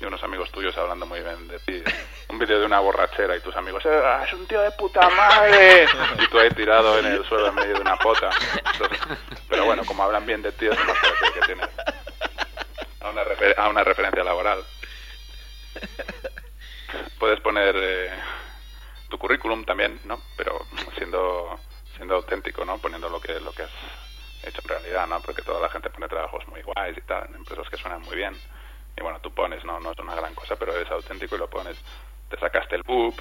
[SPEAKER 8] de unos amigos tuyos hablando muy bien de ti. Un vídeo de una borrachera y tus amigos... "Eh, ah, es un tío de puta madre. Y tú ahí tirado en el suelo en medio de una pota. Entonces, pero bueno, como hablan bien de ti, es más fácil que tiene a una, refer- a una referencia laboral. Puedes poner eh, tu currículum también, ¿no? Pero siendo siendo auténtico, ¿no? Poniendo lo que lo que has hecho en realidad, ¿no? Porque toda la gente pone trabajos muy guays y tal, en empresas que suenan muy bien. Y bueno, tú pones, no, no es una gran cosa, pero eres auténtico y lo pones. Te sacaste el BUP,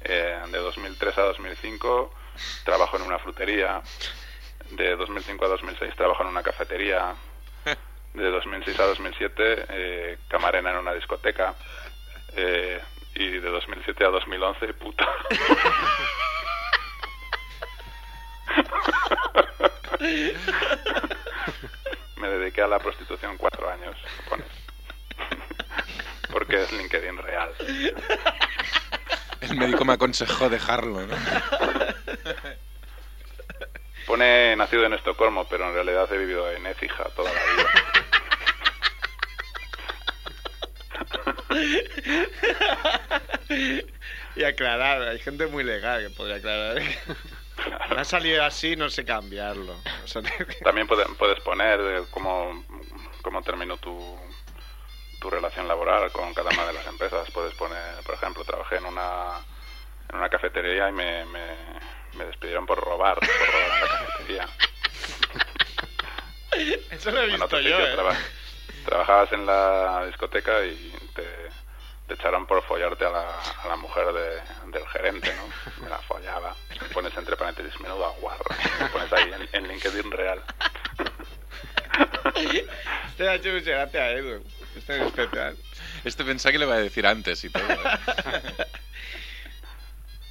[SPEAKER 8] eh, de 2003 a 2005 trabajo en una frutería, de 2005 a 2006 trabajo en una cafetería, de 2006 a 2007 eh, camarera en una discoteca eh, y de 2007 a 2011 puta. Me dediqué a la prostitución cuatro años, supones. Porque es LinkedIn real.
[SPEAKER 4] El médico me aconsejó dejarlo, ¿no?
[SPEAKER 8] Pone nacido en Estocolmo, pero en realidad he vivido en Écija toda la vida.
[SPEAKER 10] y aclarar, hay gente muy legal que podría aclarar. Me ha salido así, no sé cambiarlo. O sea,
[SPEAKER 8] También puede- puedes poner eh, cómo, cómo terminó tu, tu relación laboral con cada una de las empresas. Puedes poner, por ejemplo, trabajé en una, en una cafetería y me, me, me despidieron por robar, por robar en la cafetería.
[SPEAKER 10] Eso lo he
[SPEAKER 8] Bueno,
[SPEAKER 10] visto
[SPEAKER 8] te
[SPEAKER 10] yo,
[SPEAKER 8] dije,
[SPEAKER 10] ¿eh?
[SPEAKER 8] traba- trabajabas en la discoteca y te, te echaron por follarte a la, a la mujer de- del gerente, ¿no? Me la follaba. Me pones entre paréntesis, menuda guarra. Me pones ahí en, en LinkedIn real.
[SPEAKER 10] Te Este ha hecho mucha gracia a Edu. Este es especial.
[SPEAKER 4] Este pensaba que le iba a decir antes y todo. ¿eh?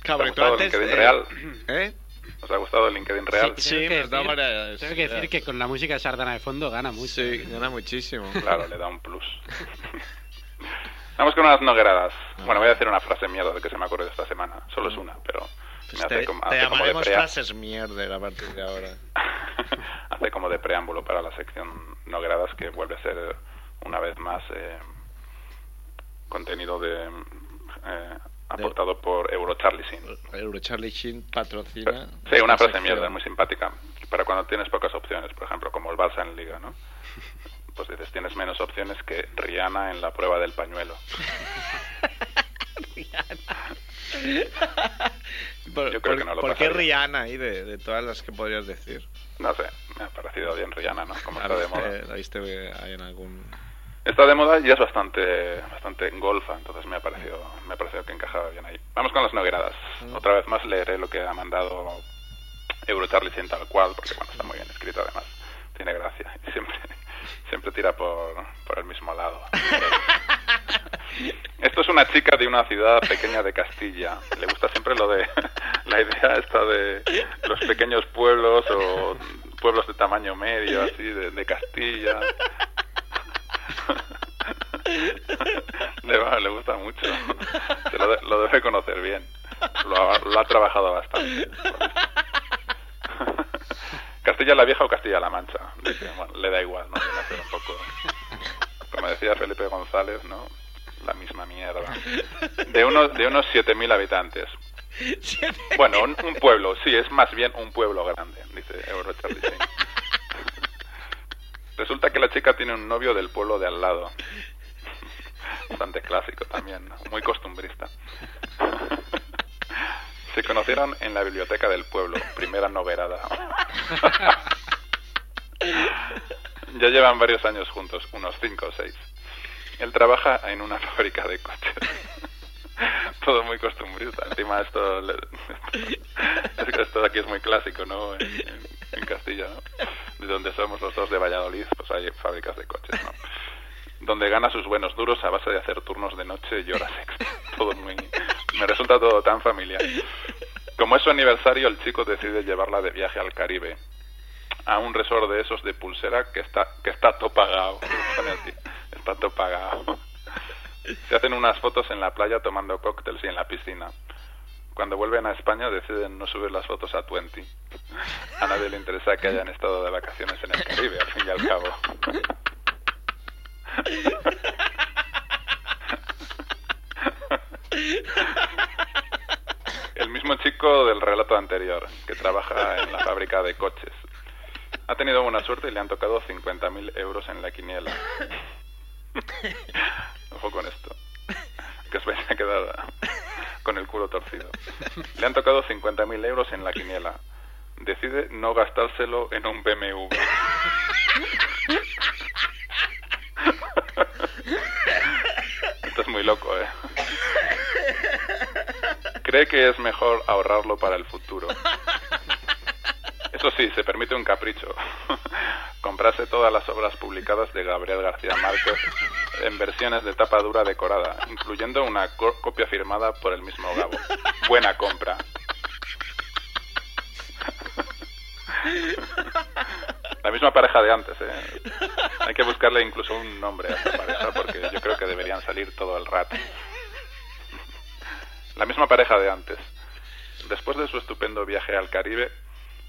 [SPEAKER 10] Claro, porque
[SPEAKER 8] ¿Te ha gustado LinkedIn real?
[SPEAKER 10] ¿Eh?
[SPEAKER 8] ¿Os ha gustado el LinkedIn real?
[SPEAKER 3] Sí, pues tengo que decir- Tengo que decir que con la música sardana de fondo gana mucho. Sí,
[SPEAKER 10] eh, gana muchísimo.
[SPEAKER 8] Claro, le da un plus. Vamos con unas nogueradas.
[SPEAKER 10] Ah.
[SPEAKER 8] Bueno, voy a decir una frase mierda de que se me ha ocurrido esta semana. Solo es una, pero me hace,
[SPEAKER 10] Mm. Pues Te,
[SPEAKER 8] como,
[SPEAKER 10] te
[SPEAKER 8] hace como de
[SPEAKER 10] llamaremos
[SPEAKER 8] prea-
[SPEAKER 10] frases mierda a partir de ahora.
[SPEAKER 8] hace como de preámbulo para la sección nogueradas que vuelve a ser una vez más eh, contenido de eh, aportado por Eurocharlie Sin.
[SPEAKER 10] Eurocharlie Sheen patrocina.
[SPEAKER 8] Sí, una
[SPEAKER 10] esta
[SPEAKER 8] frase
[SPEAKER 10] sección.
[SPEAKER 8] mierda, muy simpática. Para cuando tienes pocas opciones, por ejemplo, como el Barça en Liga, ¿no? Pues dices, tienes menos opciones que Rihanna en la prueba del pañuelo.
[SPEAKER 10] Por-
[SPEAKER 8] Yo creo
[SPEAKER 10] por-
[SPEAKER 8] que no lo
[SPEAKER 10] ¿Por qué
[SPEAKER 8] pasaría.
[SPEAKER 10] Rihanna ahí de, de todas las que podrías decir?
[SPEAKER 8] No sé, me ha parecido bien Rihanna, ¿no? Como
[SPEAKER 10] Claro,
[SPEAKER 8] está de moda.
[SPEAKER 10] eh, La viste que hay en algún...
[SPEAKER 8] Está de moda y es bastante bastante golfa, entonces me ha parecido me ha parecido que encajaba bien ahí. Vamos con las nogueradas. Otra vez más leeré lo que ha mandado Eurocharlie sin tal cual, porque bueno, está muy bien escrito además. Tiene gracia y siempre siempre tira por, por el mismo lado. Esto es una chica de una ciudad pequeña de Castilla. Le gusta siempre lo de la idea esta de los pequeños pueblos o pueblos de tamaño medio, así, de, de Castilla. Le, va- le gusta mucho. Se lo, de- lo debe conocer bien. Lo ha, lo ha trabajado bastante. ¿Castilla la Vieja o Castilla la Mancha? Dice, bueno, le da igual, ¿no? Viene a ser un poco... Como decía Felipe González, ¿no? La misma mierda. De unos, de unos 7.000 habitantes. Bueno, un, un pueblo, sí, es más bien un pueblo grande, dice Eurocharlie. Sheen. Resulta que la chica tiene un novio del pueblo de al lado. Bastante clásico también, ¿no? muy costumbrista. Se conocieron en la biblioteca del pueblo, primera novelada. ya llevan varios años juntos, unos 5 o 6. Él trabaja en una fábrica de coches. Todo muy costumbrista. Encima esto, le- es que esto de aquí es muy clásico, ¿no? En, en- en Castilla, ¿no? De donde somos los dos de Valladolid, pues hay fábricas de coches, ¿no? Donde gana sus buenos duros a base de hacer turnos de noche y horas extra. Todo muy... Me resulta todo tan familiar. Como es su aniversario, el chico decide llevarla de viaje al Caribe. A un resort de esos de pulsera que está, que está todo pagado. Pone así, Está todo pagado. Se hacen unas fotos en la playa tomando cócteles y en la piscina. Cuando vuelven a España deciden no subir las fotos a Twenty. A nadie le interesa que hayan estado de vacaciones en el Caribe, al fin y al cabo. El mismo chico del relato anterior, que trabaja en la fábrica de coches. Ha tenido buena suerte y le han tocado 50.000 euros en la quiniela. Ojo con esto. Que os vais a quedar con el culo torcido. Le han tocado 50.000 euros en la quiniela. Decide no gastárselo en un BMW. Esto es muy loco, ¿eh? Cree que es mejor ahorrarlo para el futuro. Eso sí, se permite un capricho. Comprar comprase todas las obras publicadas de Gabriel García Márquez en versiones de tapa dura decorada, incluyendo una co- copia firmada por el mismo Gabo. Buena compra. La misma pareja de antes, ¿eh? Hay que buscarle incluso un nombre a esta pareja porque yo creo que deberían salir todo el rato. La misma pareja de antes. Después de su estupendo viaje al Caribe,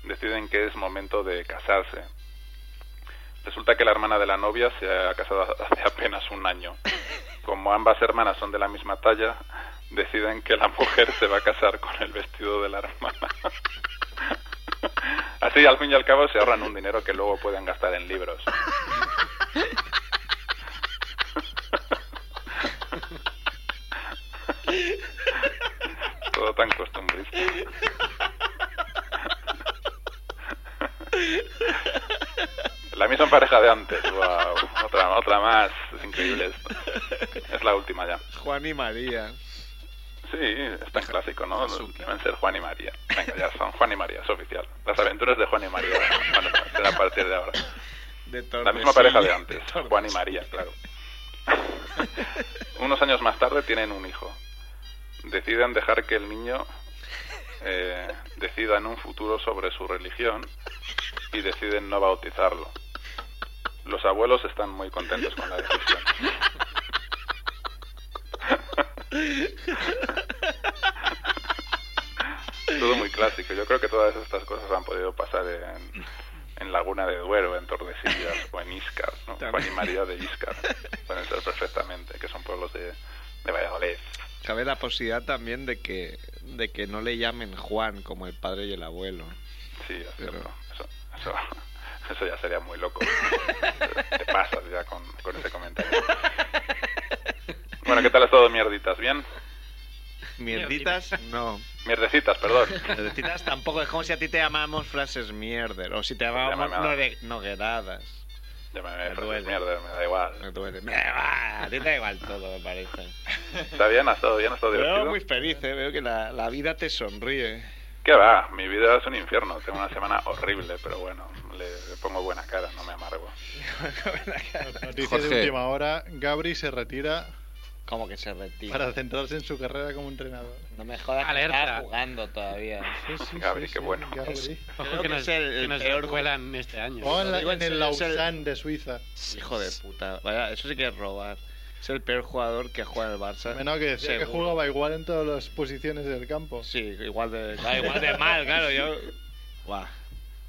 [SPEAKER 8] deciden que es momento de casarse. Resulta que la hermana de la novia se ha casado hace apenas un año. Como ambas hermanas son de la misma talla, deciden que la mujer se va a casar con el vestido de la hermana. Así, al fin y al cabo, se ahorran un dinero que luego pueden gastar en libros. Todo tan costumbrista. La misma pareja de antes. Wow. Otra, otra más. Es increíble esto. Es la última ya.
[SPEAKER 10] Juan y María.
[SPEAKER 8] Sí, es tan clásico, ¿no? Deben ser Juan y María. Venga, ya son Juan y María, es oficial. Las aventuras de Juan y María. Bueno, será a partir de ahora.
[SPEAKER 10] De
[SPEAKER 8] La misma pareja de antes, Juan y María, claro. Unos años más tarde tienen un hijo. Deciden dejar que el niño eh, decida en un futuro sobre su religión y deciden no bautizarlo. Los abuelos están muy contentos con la decisión. Todo muy clásico. Yo creo que todas estas cosas han podido pasar en, en Laguna de Duero, en Tordesillas o en Iscar. ¿no? Juan y María de Iscar pueden ser perfectamente, que son pueblos de, de Valladolid.
[SPEAKER 19] Cabe la posibilidad también de que, de que no le llamen Juan como el padre y el abuelo.
[SPEAKER 8] Sí, es cierto. Eso, eso, eso ya sería muy loco. Te pasas ya con, con ese comentario. Bueno, ¿qué tal ha estado, mierditas? ¿Bien?
[SPEAKER 19] Mierditas, no.
[SPEAKER 8] Mierdecitas, perdón.
[SPEAKER 19] Mierdecitas tampoco, es como si a ti te llamamos frases mierder, o si te llamamos
[SPEAKER 8] Llámame a-
[SPEAKER 19] nogue- nogueradas.
[SPEAKER 8] Llámame frases mierda, me da igual.
[SPEAKER 19] Me duele. Me va, a ti te da igual todo, me parece.
[SPEAKER 8] Está bien, ha estado bien, ha estado
[SPEAKER 19] Pero
[SPEAKER 8] divertido.
[SPEAKER 19] muy feliz, ¿eh? veo que la, la vida te sonríe.
[SPEAKER 8] ¿Qué va? Mi vida es un infierno. Tengo una semana horrible, pero bueno, le, le pongo buena cara, no me amargo.
[SPEAKER 5] Noticias de
[SPEAKER 8] Jorge.
[SPEAKER 5] última hora, Gabri se retira
[SPEAKER 19] Como que se retira.
[SPEAKER 5] para centrarse en su carrera como entrenador.
[SPEAKER 19] No me jodas,
[SPEAKER 5] que Alerta. estaba
[SPEAKER 19] jugando todavía.
[SPEAKER 8] Gabri, qué bueno.
[SPEAKER 3] Ojo que nos, que nos cuelan este año.
[SPEAKER 5] O en, la- en el
[SPEAKER 19] es el-
[SPEAKER 5] Lausanne de Suiza.
[SPEAKER 19] Hijo de puta. Vaya, eso sí que es robar. Es el peor jugador que juega en el Barça.
[SPEAKER 5] Menos que decía que
[SPEAKER 19] Seguro.
[SPEAKER 5] jugaba igual en todas las posiciones del campo.
[SPEAKER 19] Sí, igual de, da igual de mal, claro. Yo... Buah.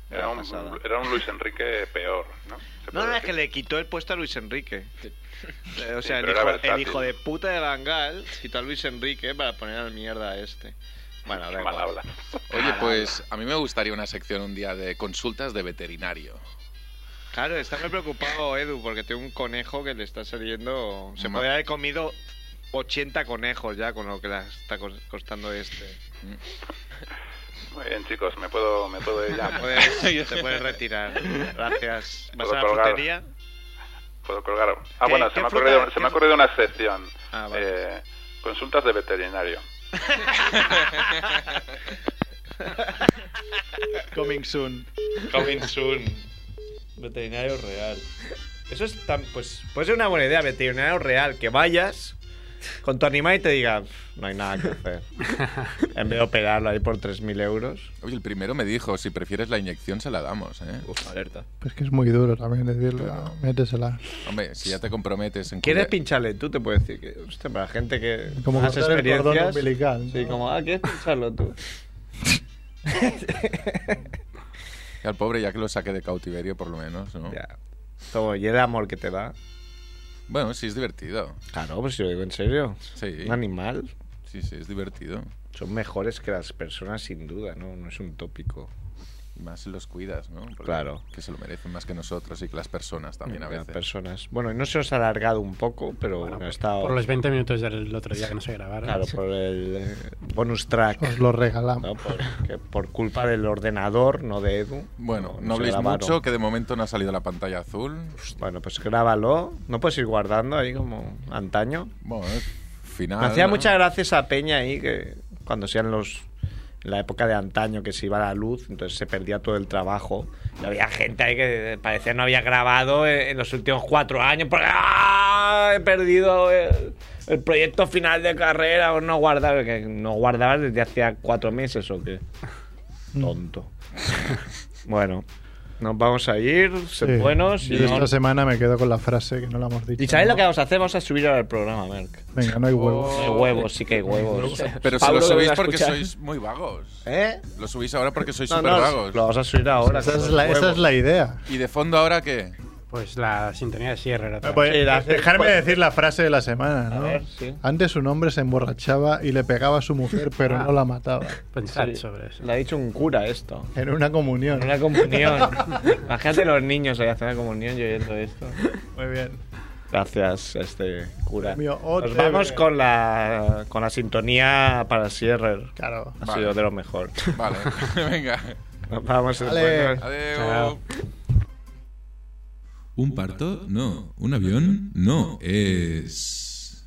[SPEAKER 8] Era un, era un Luis Enrique peor, ¿no? Se
[SPEAKER 19] No,
[SPEAKER 8] puede
[SPEAKER 19] no, es
[SPEAKER 8] decir.
[SPEAKER 19] que le quitó el puesto a Luis Enrique. Eh, O
[SPEAKER 8] Sí,
[SPEAKER 19] sea, el
[SPEAKER 8] pero era
[SPEAKER 19] hijo,
[SPEAKER 8] versátil.
[SPEAKER 19] el hijo de puta de Bangal quitó a Luis Enrique para poner al mierda a este. Bueno, da igual.
[SPEAKER 4] Oye, pues a mí me gustaría una sección un día de consultas de veterinario.
[SPEAKER 19] Claro, está muy preocupado Edu porque tiene un conejo que le está saliendo... Se
[SPEAKER 4] Ma-
[SPEAKER 19] podría haber comido 80 conejos ya con lo que le está cos- costando este.
[SPEAKER 8] Muy bien, chicos, me puedo, me puedo ir ya.
[SPEAKER 19] Te puedes, te puedes retirar. Gracias. ¿Vas
[SPEAKER 8] ¿Puedo
[SPEAKER 19] a la
[SPEAKER 8] colgar?
[SPEAKER 19] frutería?
[SPEAKER 8] Puedo colgar. Ah,
[SPEAKER 19] ¿Qué-
[SPEAKER 8] bueno,
[SPEAKER 19] qué
[SPEAKER 8] se me, ha
[SPEAKER 19] fruta-
[SPEAKER 8] ocurrido, se
[SPEAKER 19] qué
[SPEAKER 8] me ha ocurrido una sección.
[SPEAKER 19] vale.
[SPEAKER 8] Eh, consultas de veterinario.
[SPEAKER 5] Coming soon.
[SPEAKER 2] Coming soon. Veterinario real. Eso es tan. Pues puede ser una buena idea, veterinario real, que vayas con tu animal y te diga, "Pff, no hay nada que hacer. en vez de operarlo ahí por 3.000 euros.
[SPEAKER 4] Oye, el primero me dijo, si prefieres la inyección se la damos, ¿eh? Uf, alerta.
[SPEAKER 5] Pues que es muy duro también decirle, "Ah, métesela.
[SPEAKER 4] Hombre, si ya te comprometes en
[SPEAKER 2] ¿Quieres
[SPEAKER 4] cuidar-
[SPEAKER 2] pincharle? Tú te puedes decir que, hostia, para gente que
[SPEAKER 5] Como
[SPEAKER 2] más
[SPEAKER 5] cortar el cordón
[SPEAKER 2] experiencias.
[SPEAKER 5] umbilical.
[SPEAKER 2] Sí, como, ah, ¿quieres pincharlo tú?
[SPEAKER 4] que al pobre ya que lo saque de cautiverio por lo menos, ¿no?
[SPEAKER 2] Todo, y el amor que te da.
[SPEAKER 4] Bueno, sí es divertido.
[SPEAKER 2] Claro, pues yo digo en serio.
[SPEAKER 4] Sí.
[SPEAKER 2] Un animal.
[SPEAKER 4] Sí, sí, es divertido.
[SPEAKER 2] Son mejores que las personas, sin duda, ¿no? No es un tópico.
[SPEAKER 4] Y Más los cuidas, ¿no? Porque-
[SPEAKER 2] Claro.
[SPEAKER 4] Que se lo merecen más que nosotros y que las personas también a
[SPEAKER 2] Las
[SPEAKER 4] veces.
[SPEAKER 2] personas. Bueno, no se os ha alargado un poco, pero bueno, ha estado.
[SPEAKER 3] Por los 20 minutos del otro día que no se grabaron.
[SPEAKER 2] Claro, por el eh, bonus track.
[SPEAKER 5] Os lo regalamos.
[SPEAKER 2] ¿no? Por, que por culpa del ordenador, no de Edu.
[SPEAKER 4] Bueno,
[SPEAKER 2] se
[SPEAKER 4] no, habléis
[SPEAKER 2] grabaron.
[SPEAKER 4] mucho, que de momento no ha salido la pantalla azul.
[SPEAKER 2] Bueno, pues grábalo. No puedes ir guardando ahí como antaño.
[SPEAKER 4] Bueno, final.
[SPEAKER 2] Me hacía
[SPEAKER 4] ¿no?
[SPEAKER 2] muchas gracias a Peña ahí que cuando sean los en la época de antaño que se iba la luz, entonces se perdía todo el trabajo. Y había gente ahí que parecía no había grabado en, en los últimos cuatro años porque ¡ah! he perdido el, el proyecto final de carrera o no guardaba, que no guardabas desde hacía cuatro meses o qué.
[SPEAKER 5] Mm.
[SPEAKER 2] Tonto. bueno, nos vamos a ir, sed
[SPEAKER 5] Sí.
[SPEAKER 2] buenos.
[SPEAKER 5] Yo esta semana me quedo con la frase que no la hemos dicho.
[SPEAKER 2] ¿Y sabéis lo que vamos a hacer? Vamos a subir ahora el programa, Merck.
[SPEAKER 5] Venga, no hay huevos.
[SPEAKER 2] Hay huevos, sí que hay huevos.
[SPEAKER 20] Pero si
[SPEAKER 2] Pablo
[SPEAKER 20] lo
[SPEAKER 2] lo
[SPEAKER 20] subís
[SPEAKER 2] va a
[SPEAKER 20] porque
[SPEAKER 2] escuchar.
[SPEAKER 20] sois muy vagos.
[SPEAKER 2] ¿Eh?
[SPEAKER 20] Lo subís ahora porque sois
[SPEAKER 2] No,
[SPEAKER 20] súper
[SPEAKER 2] no,
[SPEAKER 20] vagos.
[SPEAKER 2] lo vamos a subir ahora, pues
[SPEAKER 5] Esa es la- esa es la idea.
[SPEAKER 20] ¿Y de fondo ahora qué?
[SPEAKER 3] Pues la sintonía de cierre era otra.
[SPEAKER 5] Pues, dejarme decir la frase de la semana, ¿no?
[SPEAKER 3] ver, sí.
[SPEAKER 5] Antes un hombre se emborrachaba y le pegaba a su mujer, pero
[SPEAKER 2] Ah.
[SPEAKER 5] no la mataba. Ah,
[SPEAKER 3] Pensar sobre eso.
[SPEAKER 2] Le ha dicho un cura esto.
[SPEAKER 5] En una comunión.
[SPEAKER 2] En una comunión. Imagínate los niños ahí haciendo la comunión y oyendo esto.
[SPEAKER 5] Muy bien.
[SPEAKER 2] Gracias, este cura.
[SPEAKER 5] Premio
[SPEAKER 2] Nos
[SPEAKER 5] OTV.
[SPEAKER 2] vamos con la, con la sintonía para Sierrer.
[SPEAKER 5] Claro.
[SPEAKER 2] Ha
[SPEAKER 20] Vale.
[SPEAKER 2] sido de lo mejor.
[SPEAKER 20] Vale, venga.
[SPEAKER 2] Nos vamos.
[SPEAKER 20] Vale.
[SPEAKER 2] buenas.
[SPEAKER 20] Adiós.
[SPEAKER 2] Chao.
[SPEAKER 4] ¿Un parto? No. ¿Un avión? No. Es.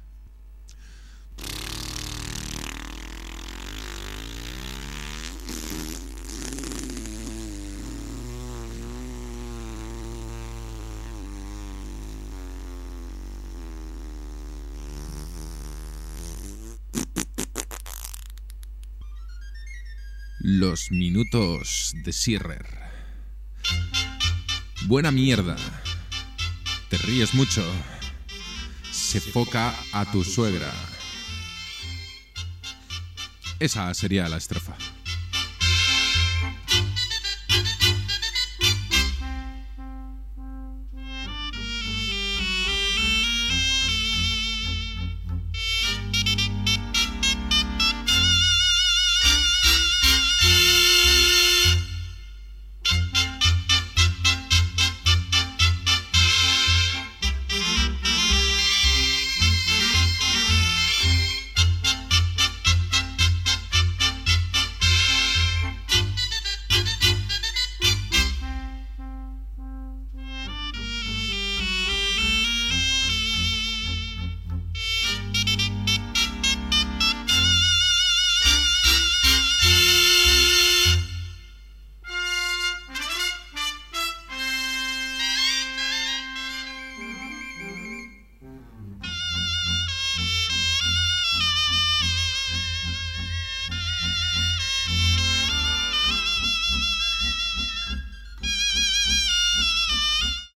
[SPEAKER 4] Los minutos de Sirrer. Buena mierda. Te ríes mucho. Se foca a tu suegra. Esa sería la estrofa.